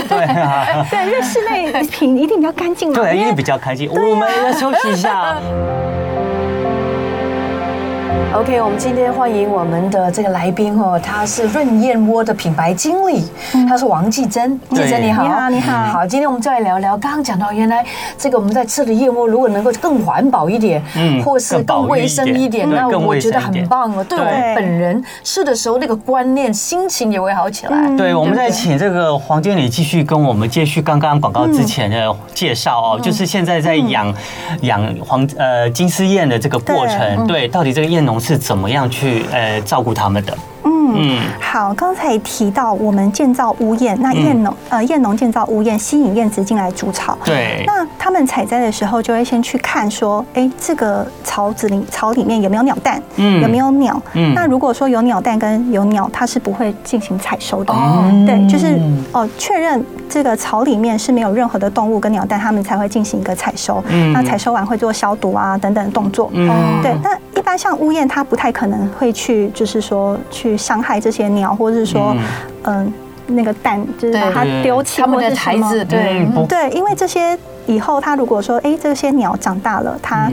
S3: 对啊，
S4: 对，因为室内品一定比较干净嘛。
S3: 对，因
S4: 因
S3: 为
S4: 为
S3: 比较开心。我们要休息一下，
S2: OK，我们今天欢迎我们的这个来宾哦，他是润燕窝的品牌经理，他是王继珍。
S3: 嗯对
S2: 继珍你好，
S4: 你好你好
S2: 好，今天我们再来聊聊，刚刚讲到原来这个我们在吃的燕窝，如果能够更环保一点，
S3: 嗯
S2: 或是
S3: 更保
S2: 更
S3: 育一
S2: 卫生
S3: 点
S2: 一点，
S3: 对
S2: 那
S3: 更
S2: 我
S3: 卫
S2: 觉得
S3: 生一
S2: 很
S3: 点
S2: 棒哦。对我
S3: 对
S2: 本人吃的时候，那个观念、心情也会好起
S4: 嗯
S2: 来。
S3: 对，我们
S2: 哦对
S3: 在
S2: 不对
S3: 请这个黄经理继续跟我们接续刚刚广告
S4: 嗯
S3: 之前的介绍哦，就是现在在养养黄呃金丝燕的这个过
S4: 嗯
S3: 程，对，到底这个燕农是怎么样去呃照顾他们的？嗯，
S4: 好，刚才提到我们建造屋燕，那燕农、
S3: 嗯
S4: 呃燕农建造屋燕，吸引燕子进来筑巢。
S3: 对，
S4: 那他们采摘的时候，就会先去看说，哎，这个巢子里巢里面有没有鸟蛋，
S3: 嗯
S4: 有没有鸟？
S3: 嗯
S4: 那如果说有鸟蛋跟有鸟，它是不会进行采收的。
S3: 哦
S4: 对，就是哦，确认这个巢里面是没有任何的动物跟鸟蛋，它们才会进行一个采收。
S3: 嗯
S4: 那采收完会做消毒啊等等的动作。
S3: 嗯
S4: 对，那一般像屋燕，它不太可能会去，就是说去伤害这些鸟，或是说，嗯、那个蛋，就是把它
S3: 对
S4: 丢弃
S2: 他们
S4: 或
S2: 的
S4: 是什
S2: 孩
S4: 么
S2: 子，对，
S3: 嗯不
S4: 对，因为这些以后它如果说，哎，这些鸟长大了，
S3: 嗯
S4: 它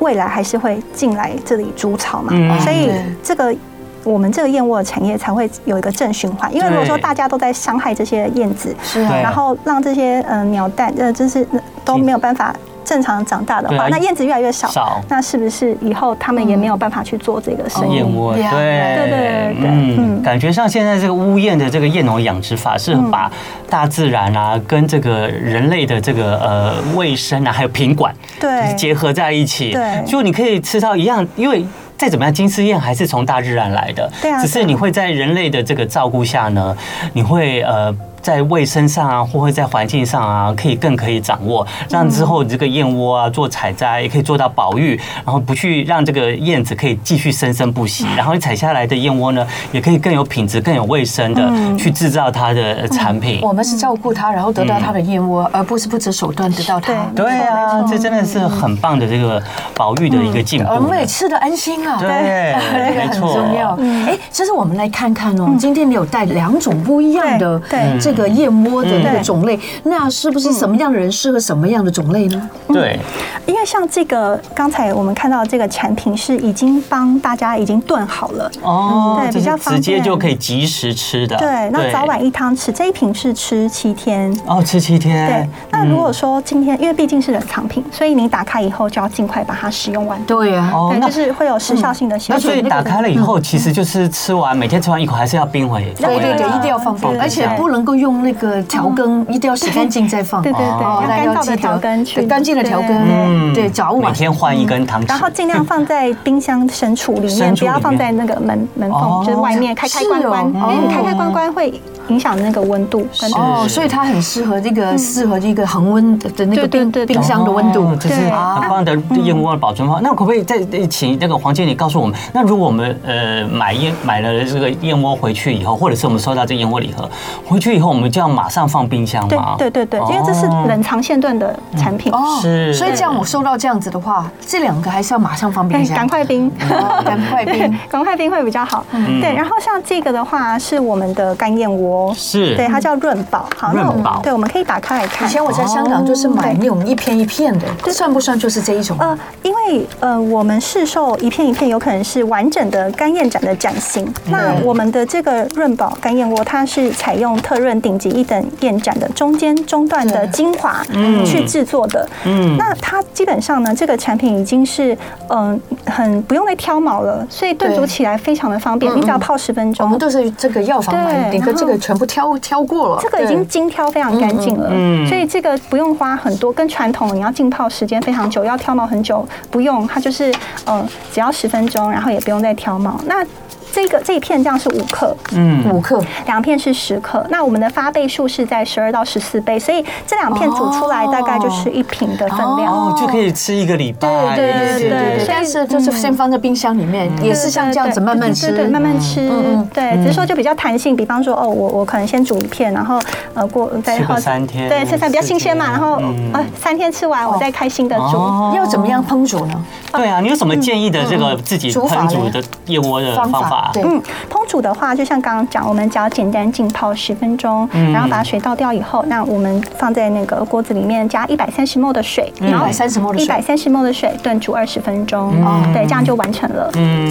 S4: 未来还是会进来这里筑巢嘛，
S3: 嗯
S4: 所以
S2: 对
S4: 这个。我们这个燕窝的产业才会有一个正循环，因为如果说
S3: 对
S4: 大家都在伤害这些燕子，
S2: 是
S3: 对
S2: 啊，
S4: 然后让这些呃鸟蛋呃就是呃都没有办法正常长大的
S3: 对啊
S4: 话，那燕子越来越少，
S3: 少
S4: 那是不是以后他们也没有办法去做这个生意？
S3: 燕窝，
S2: 哦
S3: 对
S2: 对
S4: 嗯对对对
S3: 嗯，
S4: 嗯
S3: 感觉上现在这个屋燕的这个燕农养殖法是把大自然啊跟这个人类的这个呃卫生啊还有品管
S4: 对
S3: 就是结合在一起，
S4: 对
S3: 就你可以吃到一样，因为。再怎么样，金丝燕还是从大自然来的，
S4: 对啊
S3: 只是你会在人类的这个照顾下呢，你会呃在卫生上啊，或会在环境上啊，可以更可以掌握，让之后你这个燕窝啊做采摘也可以做到保育，然后不去让这个燕子可以继续生生不息，
S4: 嗯
S3: 然后你采下来的燕窝呢，也可以更有品质、更有卫生
S4: 嗯
S3: 的去制造它的产品。
S2: 我们是照顾他，然后得到他的燕窝，而不是不择手段得到他。
S4: 对
S3: 嗯对啊，这真的是很棒的这个保育的一个进步
S4: 嗯
S2: 我
S3: 呢。
S2: 们也吃的安心啊，
S3: 对，
S2: 这个
S3: 没
S2: 很
S3: 错，
S2: 重要。
S4: 嗯
S2: 哎，其实我们来看看哦，今天你有带两种不一样的
S4: 对
S3: 嗯
S4: 对
S2: 这个燕窝的那个
S4: 嗯
S2: 种类，那是不是什么样的人适合什么样的种类呢？
S4: 嗯
S3: 对，
S4: 因为像这个刚才我们看到这个产品是已经帮大家已经炖好了，
S3: 哦，
S4: 对
S3: 这是
S4: 比较方
S3: 直接
S4: 便
S3: 就可以及时吃的。
S4: 对，那早晚一汤匙，这一瓶是吃七天。
S3: 哦，吃七
S4: 对
S3: 天。，嗯
S4: 那嗯如果说今天，因为毕竟是冷藏品，所以你打开以后就要尽快把它使用完。
S2: 对呀，
S3: 哦，
S4: 对，啊
S3: 那嗯
S4: 就是会有时效性的
S3: 那
S4: 限
S3: 所以
S4: 制。
S3: 打开了以后，其实就是吃完，每天吃完一口还是要冰回。
S2: 对对对，
S4: 对啊
S2: 一定要放放，
S4: 对
S2: 而且
S4: 对
S2: 不能够用那个调羹，一定要洗干净再放。
S4: 嗯对对对，
S2: 哦
S4: 要
S2: 大家
S4: 干
S2: 要
S4: 燥
S2: 记
S4: 的
S2: 得
S4: 调羹去，
S2: 对干净的调
S4: 对对对
S2: 羹，对，早
S3: 嗯每
S2: 晚。
S3: 天换一根糖
S4: 然后
S3: 匙。
S4: 尽量放在冰箱深处里
S3: 深
S4: 面，
S3: 处里
S4: 不
S3: 面
S4: 要放在那个门门
S3: 哦
S4: 缝，就是外面开开关关，
S2: 是
S4: 因
S2: 哦
S4: 为你开开关关会影响那个温度跟
S2: 哦，所以它很适合这个适合这个恒温的的那个
S4: 嗯对对
S2: 冰
S4: 对对
S2: 冰箱的温度
S3: 哦。这是
S4: 对
S3: 很棒的燕窝的保存方法。那可不可以再再请那个黄经理告诉我们，那如果我们呃买燕买了这个燕窝回去以后，或者是我们收到这燕窝礼盒回去以后，我们就要马上放冰箱
S4: 对
S3: 吗？
S4: 对对对，因为这是
S3: 哦
S4: 冷藏现炖的产品，
S2: 哦，
S3: 是
S2: 所以这样我收到这样子的话，这两个还是要马上放冰
S4: 对，
S2: 箱，
S4: 赶快冰。
S3: 嗯
S2: 哦赶快冰。
S4: 赶快冰会比较好。对，然后像这个的话是我们的干燕窝，
S3: 是
S4: 对，它叫润宝。好，那我
S3: 润
S4: 们
S3: 宝
S4: 对，我们可以打开来
S2: 以
S4: 看。哦
S2: 前我在香港就是买那种一片一片的，这算不算就是这一种？
S4: 呃，因为以呃，我们市售一片一片，有可能是完整的干燕盏的盏型。
S2: 嗯
S4: 那我们的这个润宝干燕窝，它是采用特润顶级一等燕盏的中间中段的精华
S2: 嗯
S4: 去制作的。嗯，那它基本上呢，这个产品已经是嗯、很不用再挑毛了，所以炖
S2: 对嗯
S4: 煮起来非常的方便，你只要泡十分
S2: 我
S4: 钟
S2: 们。都是这个药房买的，
S4: 对
S2: 你跟这
S4: 然
S2: 个
S4: 后
S2: 全部挑挑过了，
S4: 这个已经精挑非常干净了，
S3: 嗯嗯嗯
S4: 所以这个不用花很多，跟传统你要浸泡时间非常久，要挑毛很久，不用，它就是呃只要十分钟，然后也不用再挑毛。那这个这一片这样是五克，
S3: 嗯
S2: 对五克，
S4: 两片是十克。那我们的发倍数是在十二到十四倍，所以这两片煮出来大概就是一瓶的分量。
S3: 哦，就可以吃一个礼拜。
S4: 对对对
S2: 对
S4: 对嗯
S2: 但是就是先嗯放在冰箱里面，也是像这样子慢慢吃，
S4: 对对对对慢慢吃，
S2: 嗯
S4: 对，只是说就比较弹性。比方说，哦，我我可能先煮一片，然后呃过再
S3: 吃个三天
S4: 对，吃三比较
S3: 四
S4: 新鲜嘛，
S3: 天
S4: 然后
S3: 嗯
S4: 呃三天吃
S2: 哦
S4: 完，我再开新的煮。
S3: 哦
S2: 要怎么样烹煮呢？
S3: 对啊，你有什么建议的这个自己
S2: 嗯嗯嗯
S3: 烹煮的燕窝的方法？
S2: 对，
S4: 嗯，烹煮的话，就像刚刚讲，我们只要简单浸泡十分钟，
S3: 嗯
S4: 然后把水倒掉以后，那我们放在那个锅子里面加一百三十 ml 的水，
S3: 嗯
S4: 然后
S2: 130 ml 的水
S4: 一百三十 ml 的水炖煮二十分钟，
S3: 嗯
S4: 对，这样就完成了，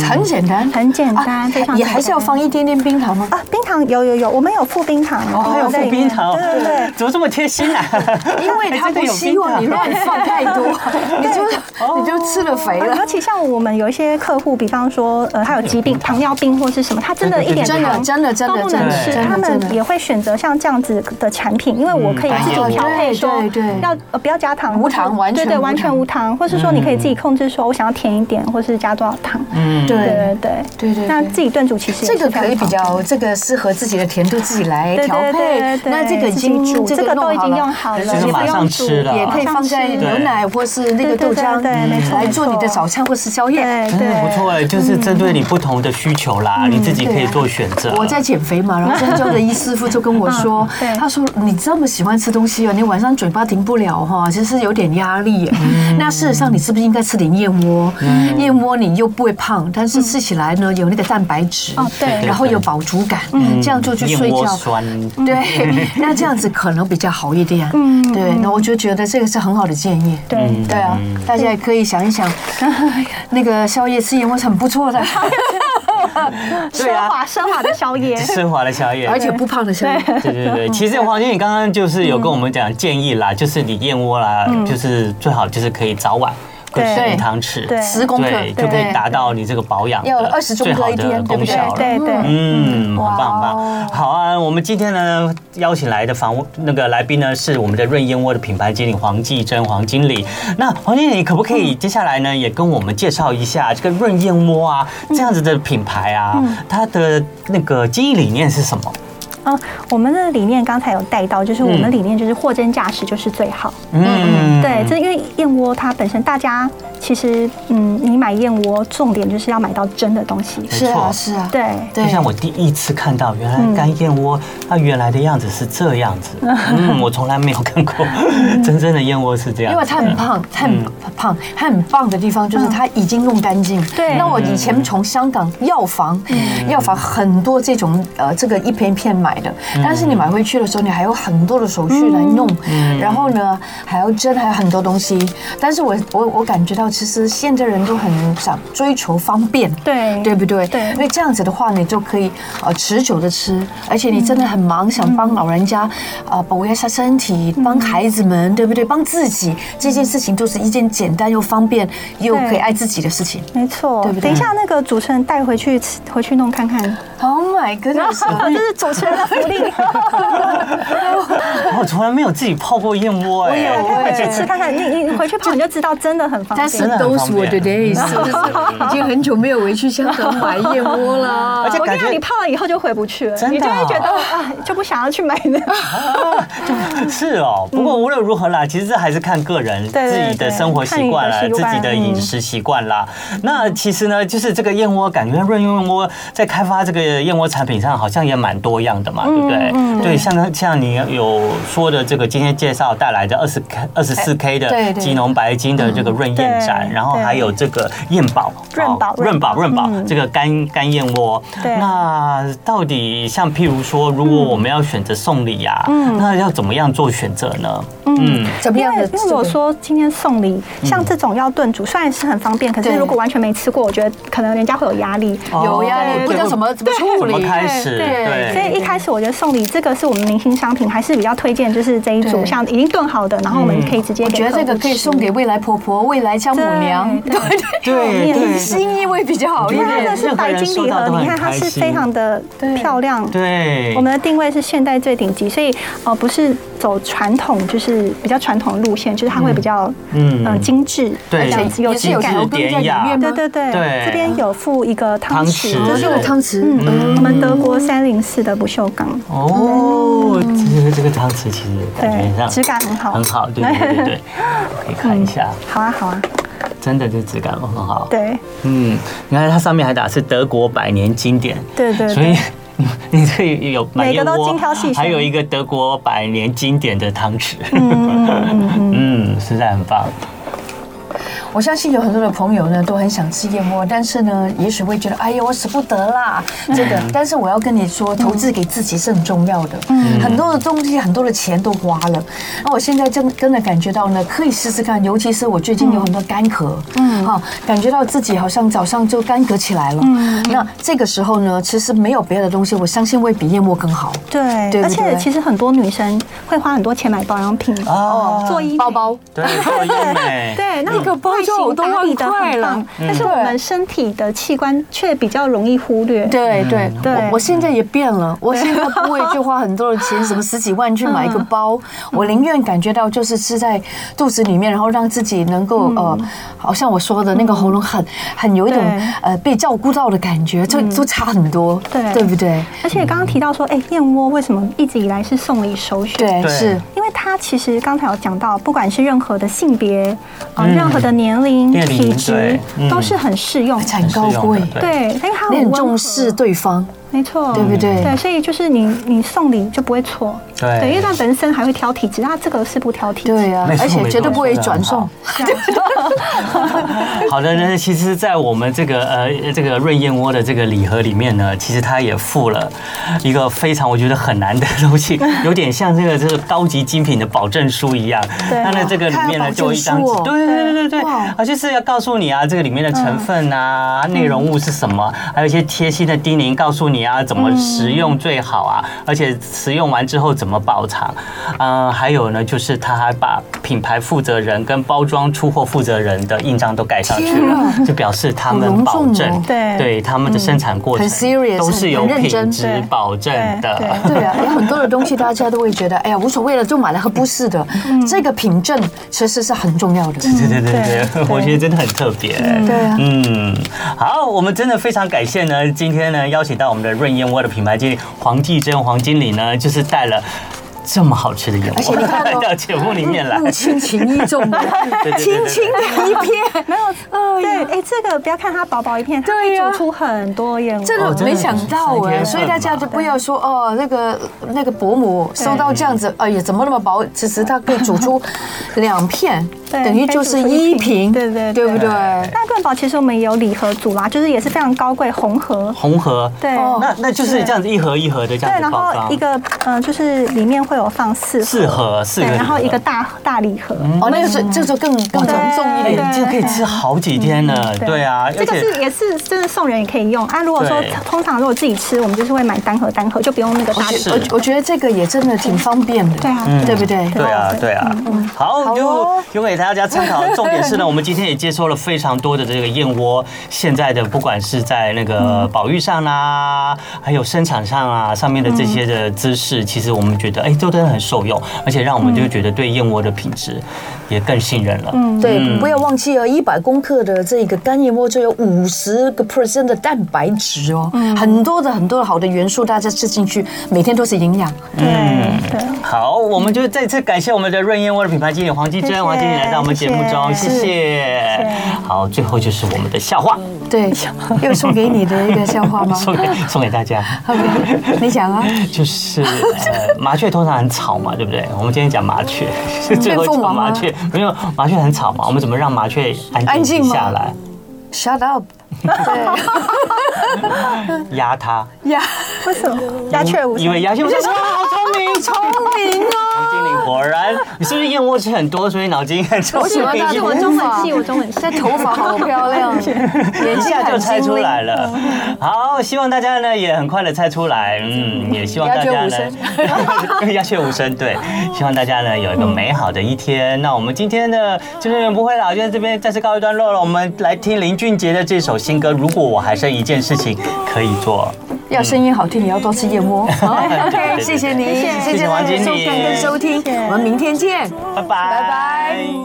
S2: 很简单，
S4: 很简
S2: 啊
S4: 单，非常
S2: 也还是要
S4: 简单
S2: 放一点点冰 糖吗？
S4: 啊，冰糖有有有，我们有附冰糖，
S3: 哦，还有
S4: 在
S3: 敷
S4: 里
S3: 冰
S4: 面
S3: 糖，
S4: 对对对。
S3: 怎么这么贴心啊？
S2: 因为他
S3: 还真的
S2: 不
S3: 有
S2: 希望你
S3: 冰糖
S2: 乱放太 多，你就你就吃了肥
S4: 啊
S2: 了
S4: 尤。其像我们有一些客户，比方说，呃，他有疾
S3: 嗯
S4: 病，糖尿病或是什么，他真的一点
S2: 真的
S4: 糖
S2: 真的真
S4: 都
S2: 的
S4: 不
S2: 真
S4: 能
S2: 的
S4: 吃
S2: 真，的
S4: 他
S2: 真的
S4: 们也会选择像这样子的产品，因为
S3: 嗯
S4: 我可以自己调配，说
S2: 对对对
S4: 要呃不要加糖，
S2: 无糖完全
S4: 对对
S2: 无
S4: 完全无糖，或是说你可以自己控制，说我想要甜一点，或是加多少糖，
S3: 嗯，
S4: 对对对
S2: 对对
S4: 那
S2: 对
S4: 自己炖煮其实也
S2: 这
S4: 是
S2: 个
S4: 非常
S2: 可以比
S4: 方便
S2: 较，这个适合自己的甜度自己来
S4: 对
S2: 调
S4: 对
S2: 配
S4: 对。对，
S2: 那这个已经
S4: 自己煮这个
S2: 弄
S4: 都已经
S2: 了
S4: 用好了，
S3: 这个
S4: 也不
S3: 马上
S4: 用
S3: 吃了
S4: 煮
S2: 也可以放在
S4: 马上吃
S2: 牛奶或是那个豆浆
S4: 对对对对没错
S2: 来做你的早餐或是宵夜。
S4: 对
S3: 真的
S4: 对，
S3: 不错哎，就是针对你不同的需求啦，你自己可以做选择。
S2: 嗯啊我在减肥嘛，然后针灸的医师傅就跟我说
S4: 嗯，对
S2: 他说你这么喜欢吃东西哦，你晚上嘴巴停不了哈，其实有点压力耶。
S4: 嗯
S2: 那事实上你是不是应该吃点燕窝？燕窝你又不会胖，但是吃起来呢有那个蛋白质
S4: 嗯哦，对嗯
S2: 然后有饱足感，这样就去睡
S3: 嗯燕窝
S2: 觉。
S3: 酸，
S2: 对，嗯 那这样子可能比较好一点。
S4: 嗯
S2: 对，那我就觉得这个是很好的建议。
S4: 对。
S3: 嗯
S2: 对啊，大家也可以想一想， 那个宵夜吃燕窝是很不错 的，
S3: 对啊
S4: 奢华奢华的宵夜，
S3: 奢华的宵夜，
S2: 而且不胖的宵夜。
S3: 对对 对，其实黄经理刚刚就是有跟我们讲建议啦，就是你燕窝啦，就是最好就是可以早晚各
S4: 对
S3: 吃一汤匙，
S4: 对
S2: 十公克
S3: 对，就可以达到你这个保养
S2: 要
S3: 的
S2: 20
S3: 最好
S2: 公克一
S3: 的
S2: 天对不
S3: 功
S2: 对
S3: 效了。
S4: 对对，
S3: 嗯，很
S2: 哇
S3: 棒很棒
S2: 哦。
S3: 好啊，我们今天呢邀请来的访问那个来宾呢是我们的润燕窝的品牌经理黄继珍黄经理。那黄经理可不可以接下来呢也跟我们介绍一下这个润燕窝啊这样子的品牌啊，
S2: 嗯
S3: 它的那个经营理念是什么？
S4: 嗯，我们的理念刚才有带到，就是我们
S3: 嗯
S4: 理念就是货真价实就是最好。
S3: 嗯，
S4: 对，这因为燕窝它本身，大家其实嗯，你买燕窝重点就是要买到真的东西。
S2: 是啊，是啊，
S4: 对，
S2: 对嗯
S3: 就像我第一次看到，原来干燕窝它原来的样子是这样 子，嗯，我从来没有看过真正的燕窝是这样子的。嗯
S2: 因为它很胖，它很胖，它很棒的地方就是它已经弄干净。
S4: 对嗯
S2: 那我以前从香港药房，药房很多这种呃，这个一片一片买的，
S3: 嗯
S2: 但是你买回去的时候，你还有很多的手续
S4: 嗯
S2: 来弄，
S3: 嗯
S2: 然后呢还要蒸，还有很多东西。但是我我我感觉到，其实现在人都很想追求方便，
S4: 对
S2: 对不对？
S4: 对
S2: 因为这样子的话，你就可以呃持久的吃，而且你真的很忙，想帮老人家啊保卫一下身体，帮孩子们，对不对？帮自己这件事情，都是一件简单又方便又可以爱自己的事情。
S4: 没错
S2: 对不。对
S4: 等一下那个主持人带回去吃，回去弄 看看。
S2: Oh my goodness！
S4: 这是主持人的福利，
S3: 哦我从来没有自己泡过燕窝，哎，
S2: 我有我
S4: 回去吃看看。你你回去泡你就知道，真的很方
S2: 但
S4: 便。
S2: 是
S3: 真的很
S2: those
S3: 方
S2: were
S3: 便
S2: the days，就是已经很久没有回去香港买燕窝了。
S3: 而且
S4: 我跟
S3: 感
S4: 你讲，
S3: 觉
S4: 你泡了以后就回不去了，
S3: 真的
S4: 你就会
S3: 哦
S4: 觉得啊，就不想要去买那个。
S3: 是哦，不过无论如何啦，其实这还是看个人
S4: 对
S3: 自
S4: 对
S3: 己的
S4: 对
S3: 生活习惯啦，
S4: 看你的习
S3: 自
S4: 惯
S3: 己的
S4: 嗯
S3: 饮食习惯啦。那其实呢，就是这个燕窝，感觉润燕窝在开发这个就是燕窝产品上好像也蛮多样的嘛，
S4: 嗯
S3: 对不对？对，像像你有说的这个今天介绍带来的二十 K、二十四 K
S2: 对对
S3: 的吉农白金的这个润燕盏，
S4: 嗯对
S3: 然后还有这个燕宝、
S4: 润宝
S3: 哦润宝、润宝
S4: 嗯
S3: 这个干干燕窝。
S4: 对
S3: 那到底像譬如说，如果我们要选择送礼啊，
S4: 嗯
S3: 那要怎么样做选择呢？嗯，
S2: 怎么
S4: 因
S2: 样
S4: 为
S2: 的？
S4: 因为我说今天送礼，像这种要炖煮，虽然是很方便，可是
S2: 对
S4: 如果完全没吃过，我觉得可能人家会有压力。
S2: 有压力
S3: 哦
S2: 不知道怎么怎么处理
S3: 怎么开始？
S4: 对
S2: 对
S3: 对，
S4: 所以一开始我觉得送礼这个是我们明星商品，还是比较推荐，就是这一组
S2: 对
S4: 像已经炖好的，然后我们可以直接
S2: 我
S4: 给
S2: 觉得
S4: 客
S2: 这
S4: 户
S2: 个可以
S4: 吃
S2: 送给未来婆婆、未来丈母娘，
S4: 对对
S3: 对 对
S2: 心意会比较好一
S4: 因为它
S2: 点
S4: 这。是白金礼盒，你看它是非常的漂亮。
S3: 对，
S4: 我们的定位是现代最顶级，所以呃不是走传统，就是比较传统的路线，就是它会比较
S3: 嗯
S4: 嗯、呃精致，
S3: 对
S4: 而且
S2: 也是有
S3: 精致
S2: 油羹在
S3: 典
S2: 里
S3: 雅
S2: 面吗
S4: 对？对对，
S3: 对
S4: 这边有附一个汤匙，
S3: 汤匙
S4: 这
S2: 这啊是
S4: 是我
S2: 我
S4: 们
S2: 汤匙，
S4: 嗯我们德国三零四的不锈钢，
S3: 哦，这个这个汤匙其实感觉
S4: 嗯对，
S3: 上
S4: 质感很好，
S3: 很好，对对对 对，可以看一下，
S4: 好啊好啊，
S3: 真的这质感很好。
S4: 对
S3: 嗯，你看它上面还打是德国百年经典，
S4: 对对
S3: 所以
S4: 对，
S3: 你你这里有买
S4: 每个
S3: 燕
S4: 都
S3: 窝
S4: 精挑细选
S3: 还有一个德国百年经典的汤匙，
S4: 嗯嗯嗯嗯，
S3: 嗯，实在很棒。
S2: 我相信有很多的朋友呢都很想吃燕窝，但是呢，也许会觉得，哎呀，我舍不得啦，这个。但是我要跟你说，投资给自己是很重要的。很多的东西，很多的钱都花了。那我现在真真的感觉到呢，可以试试看，尤其是我最近有很多干咳，嗯，哈，感觉到自己好像早上就干咳起来了。那这个时候呢，其实没有别的东西，我相信会比燕窝更好。对不
S4: 对，
S2: 对
S4: 而且其实很多女生会花很多钱买保养品
S3: 哦
S4: 做衣服
S2: 包包，
S3: 对，做医 美，
S4: 对，那
S2: 一
S3: 嗯
S2: 个包就有
S4: 型
S2: 多
S4: 打
S2: 万
S4: 理的
S2: 块
S4: 很
S2: 了
S4: 棒，但是
S2: 嗯
S4: 我们身体的器官却比较容易忽略。
S2: 对对
S4: 对
S2: 我我现在也变 了，我现在不会去花很多的钱，什么十几万去买一个
S4: 嗯
S2: 包，我宁愿感觉到就是吃在肚子里面，然后让自己能
S4: 嗯
S2: 够呃，好像我说的那个喉咙很很有一种
S4: 对嗯
S2: 呃被照顾到的感觉，就就差很多，
S4: 对
S2: 对不对？
S4: 而且刚刚提到说，哎，燕窝为什么一直以来是送礼首选？
S2: 对，
S3: 对
S2: 是。
S4: 因为它其实刚才有讲到，不管是任何的性别，啊，任何的年龄、
S3: 年龄
S4: 体
S3: 嗯
S4: 质
S3: 对，嗯
S4: 都是很适用
S2: 而。且很高贵
S3: 很，实用的
S4: 对，因为它
S2: 你
S4: 温
S2: 很
S4: 和
S2: 重视，对方，
S4: 没错，
S2: 对不对
S4: 对，所以就是你你送礼就不会错，
S3: 对
S4: 因为他人生还会挑体质，那这个是不挑体质，
S2: 对啊
S3: 没，错
S2: 而且绝对不会
S3: 没错
S2: 转送。
S3: 好的，那其实，在我们这个呃这个瑞燕窝的这个礼盒里面呢，其实它也附了一个非常我觉得很难的 东西，有点像这个这个高级精品的保证书一样。
S4: 对
S3: 它的这个里面呢，
S2: 哇
S3: 就一张
S2: 还有
S3: 纸
S2: 保证书哦，
S3: 对对对对对
S2: 哇，嗯
S3: 啊，就是要告诉你啊，这个里面的成分啊、内容物是什么，还有一些贴心的叮咛，告诉你啊怎
S2: 嗯
S3: 么食用最好啊，而且食用完之后怎么保藏。嗯，还有呢，就是他还把品牌负责人跟包装出货负责人的印章都盖上去
S2: 天啊
S3: 了，就表示他
S2: 好
S3: 们
S2: 隆
S3: 保
S2: 重哦
S3: 证
S4: 对
S3: 对他们的生产过程
S2: 很 serious，
S3: 都是有
S2: 很认
S3: 品
S2: 真
S3: 质
S4: 对
S3: 保证
S4: 对
S3: 的
S4: 对。
S2: 对啊，有很多的东西大家都会觉得，哎呀无所谓了，就买了，和不是的。
S4: 嗯
S2: 这个品证其实是很重要的。
S3: 对 对对对
S4: 对
S3: 对，我觉得真的很特别。
S2: 对啊
S3: 嗯，好，我们真的非常感谢呢，今天呢邀请到我们的润燕窝的品牌经理黄继珍黄经理呢，就是带了。这么好吃的燕
S2: 而且
S3: 窝
S2: 你看哦
S3: 来到节目里面来，
S2: 入侵情意重的
S3: 对对对，对
S2: 轻轻的一片，没有，
S4: 对，哎，这个不要看它薄薄一片，它可
S2: 对
S3: 啊
S4: 以
S2: 呀
S4: 煮出很多燕窝，
S2: 这
S3: 哦
S2: 个
S3: 真的
S2: 没想到
S3: 是三
S2: 哎，
S3: 天
S2: 所以大家就不要说哦，那个那个伯母收到这样子，哎呀，怎么那么薄？其实它可以煮出两片，
S4: 对
S2: 等于就是一瓶，
S4: 可以煮出一瓶对对对
S2: 对不对？
S3: 嗯
S4: 那冠宝其实我们也有礼盒组啦，就是也是非常高贵红盒，
S3: 红盒，
S4: 对，
S2: 哦
S3: 那那就是这样子一盒一盒的这
S4: 对，
S3: 样子
S4: 然
S3: 包
S4: 后
S3: 装
S4: 一，个嗯、呃就是里面会有放四
S3: 四盒四
S4: 对，
S3: 个礼盒，嗯
S4: 然后一个大大礼盒，
S2: 哦，那个是这个就更更
S4: 对
S2: 隆重一
S3: 哎
S2: 点
S4: 对。
S3: 这个可以吃好几天呢，对啊，
S4: 嗯这个是也是真的送人也可以用啊。如果说
S3: 对
S4: 通常如果自己吃，我们就是会买单盒单盒，就不用那个
S2: 我
S4: 大
S2: 觉
S4: 礼
S3: 哦是
S2: 我我觉得这个也真的挺方便的，
S4: 对啊
S2: 对不对？
S3: 对啊，对啊，好，
S2: 好
S3: 就
S2: 哦
S3: 就给大家参考。重点是呢，我们今天也接收了非常多的这个燕窝，现在的不管是在那个保育上啦，还有生产上啊，上面的这些的知识，其实我们觉得哎，都真的很受用，而且让我们就觉得对燕窝的品质也更信任了。嗯，
S2: 对，不要忘记哦，一百公克的这个干燕窝就有五十个 percent 的蛋白质哦，很多的很多的好的元素，大家吃进去，每天都是营养。
S3: 嗯
S4: 对对。
S3: 好，我们就再次感谢我们的润燕窝的品牌经理黄继
S4: 谢
S3: 珍
S4: 谢
S3: 黄经理来到我们节目中，谢
S4: 是
S3: 谢。好，最后就是我们的笑话，
S2: 对，又送给你的一个笑 话吗
S3: 送给送给大家，
S2: ？OK，你讲啊。
S3: 就是呃，麻雀通常很吵嘛，对不对？我们今天讲麻雀，是最后
S2: 凤
S3: 讲
S2: 凰吗
S3: 麻雀，没有麻雀很吵嘛，我们怎么让麻雀安
S2: 安
S3: 静
S2: 静
S3: 一
S2: 吗
S3: 下来？
S2: Shut up！对
S3: 压它，
S2: 呀，
S4: 为什么鸦雀无
S3: 因
S4: 声？
S3: 为鸦雀无声，哇，啊好聪明，聪明。
S2: 明 哦，
S3: 精灵果然，你是不是燕窝吃很多，所以脑筋很聪
S2: 我喜
S3: 明？
S2: 欢大
S4: 是
S2: 头
S4: 我中文系，我中文系。
S2: 这头发好漂亮，啊眼睛
S3: 一下就
S2: 很
S3: 猜
S2: 精
S3: 出
S2: 灵。
S3: 来了。好，希望大家呢也很快的猜出来，嗯，也希望大家
S2: 鸦
S3: 呢
S2: 雀
S3: 鸦雀无声，对，希望大家呢有一个美好的一天。那我们今天的青春永不会老就在这边暂时告一段落了。我们来听林俊杰的这首新歌《如果我还剩一件事情可以做
S2: 要声音好听，也要多吃燕 窝。好
S3: 对对对
S2: ，OK，
S3: 对
S2: 谢谢你，
S3: 谢谢
S2: 大
S3: 黄
S2: 家的
S3: 经
S2: 收
S3: 理
S2: 看跟收听
S4: 谢谢，
S2: 我们明天见。》，
S3: 拜拜
S2: 拜拜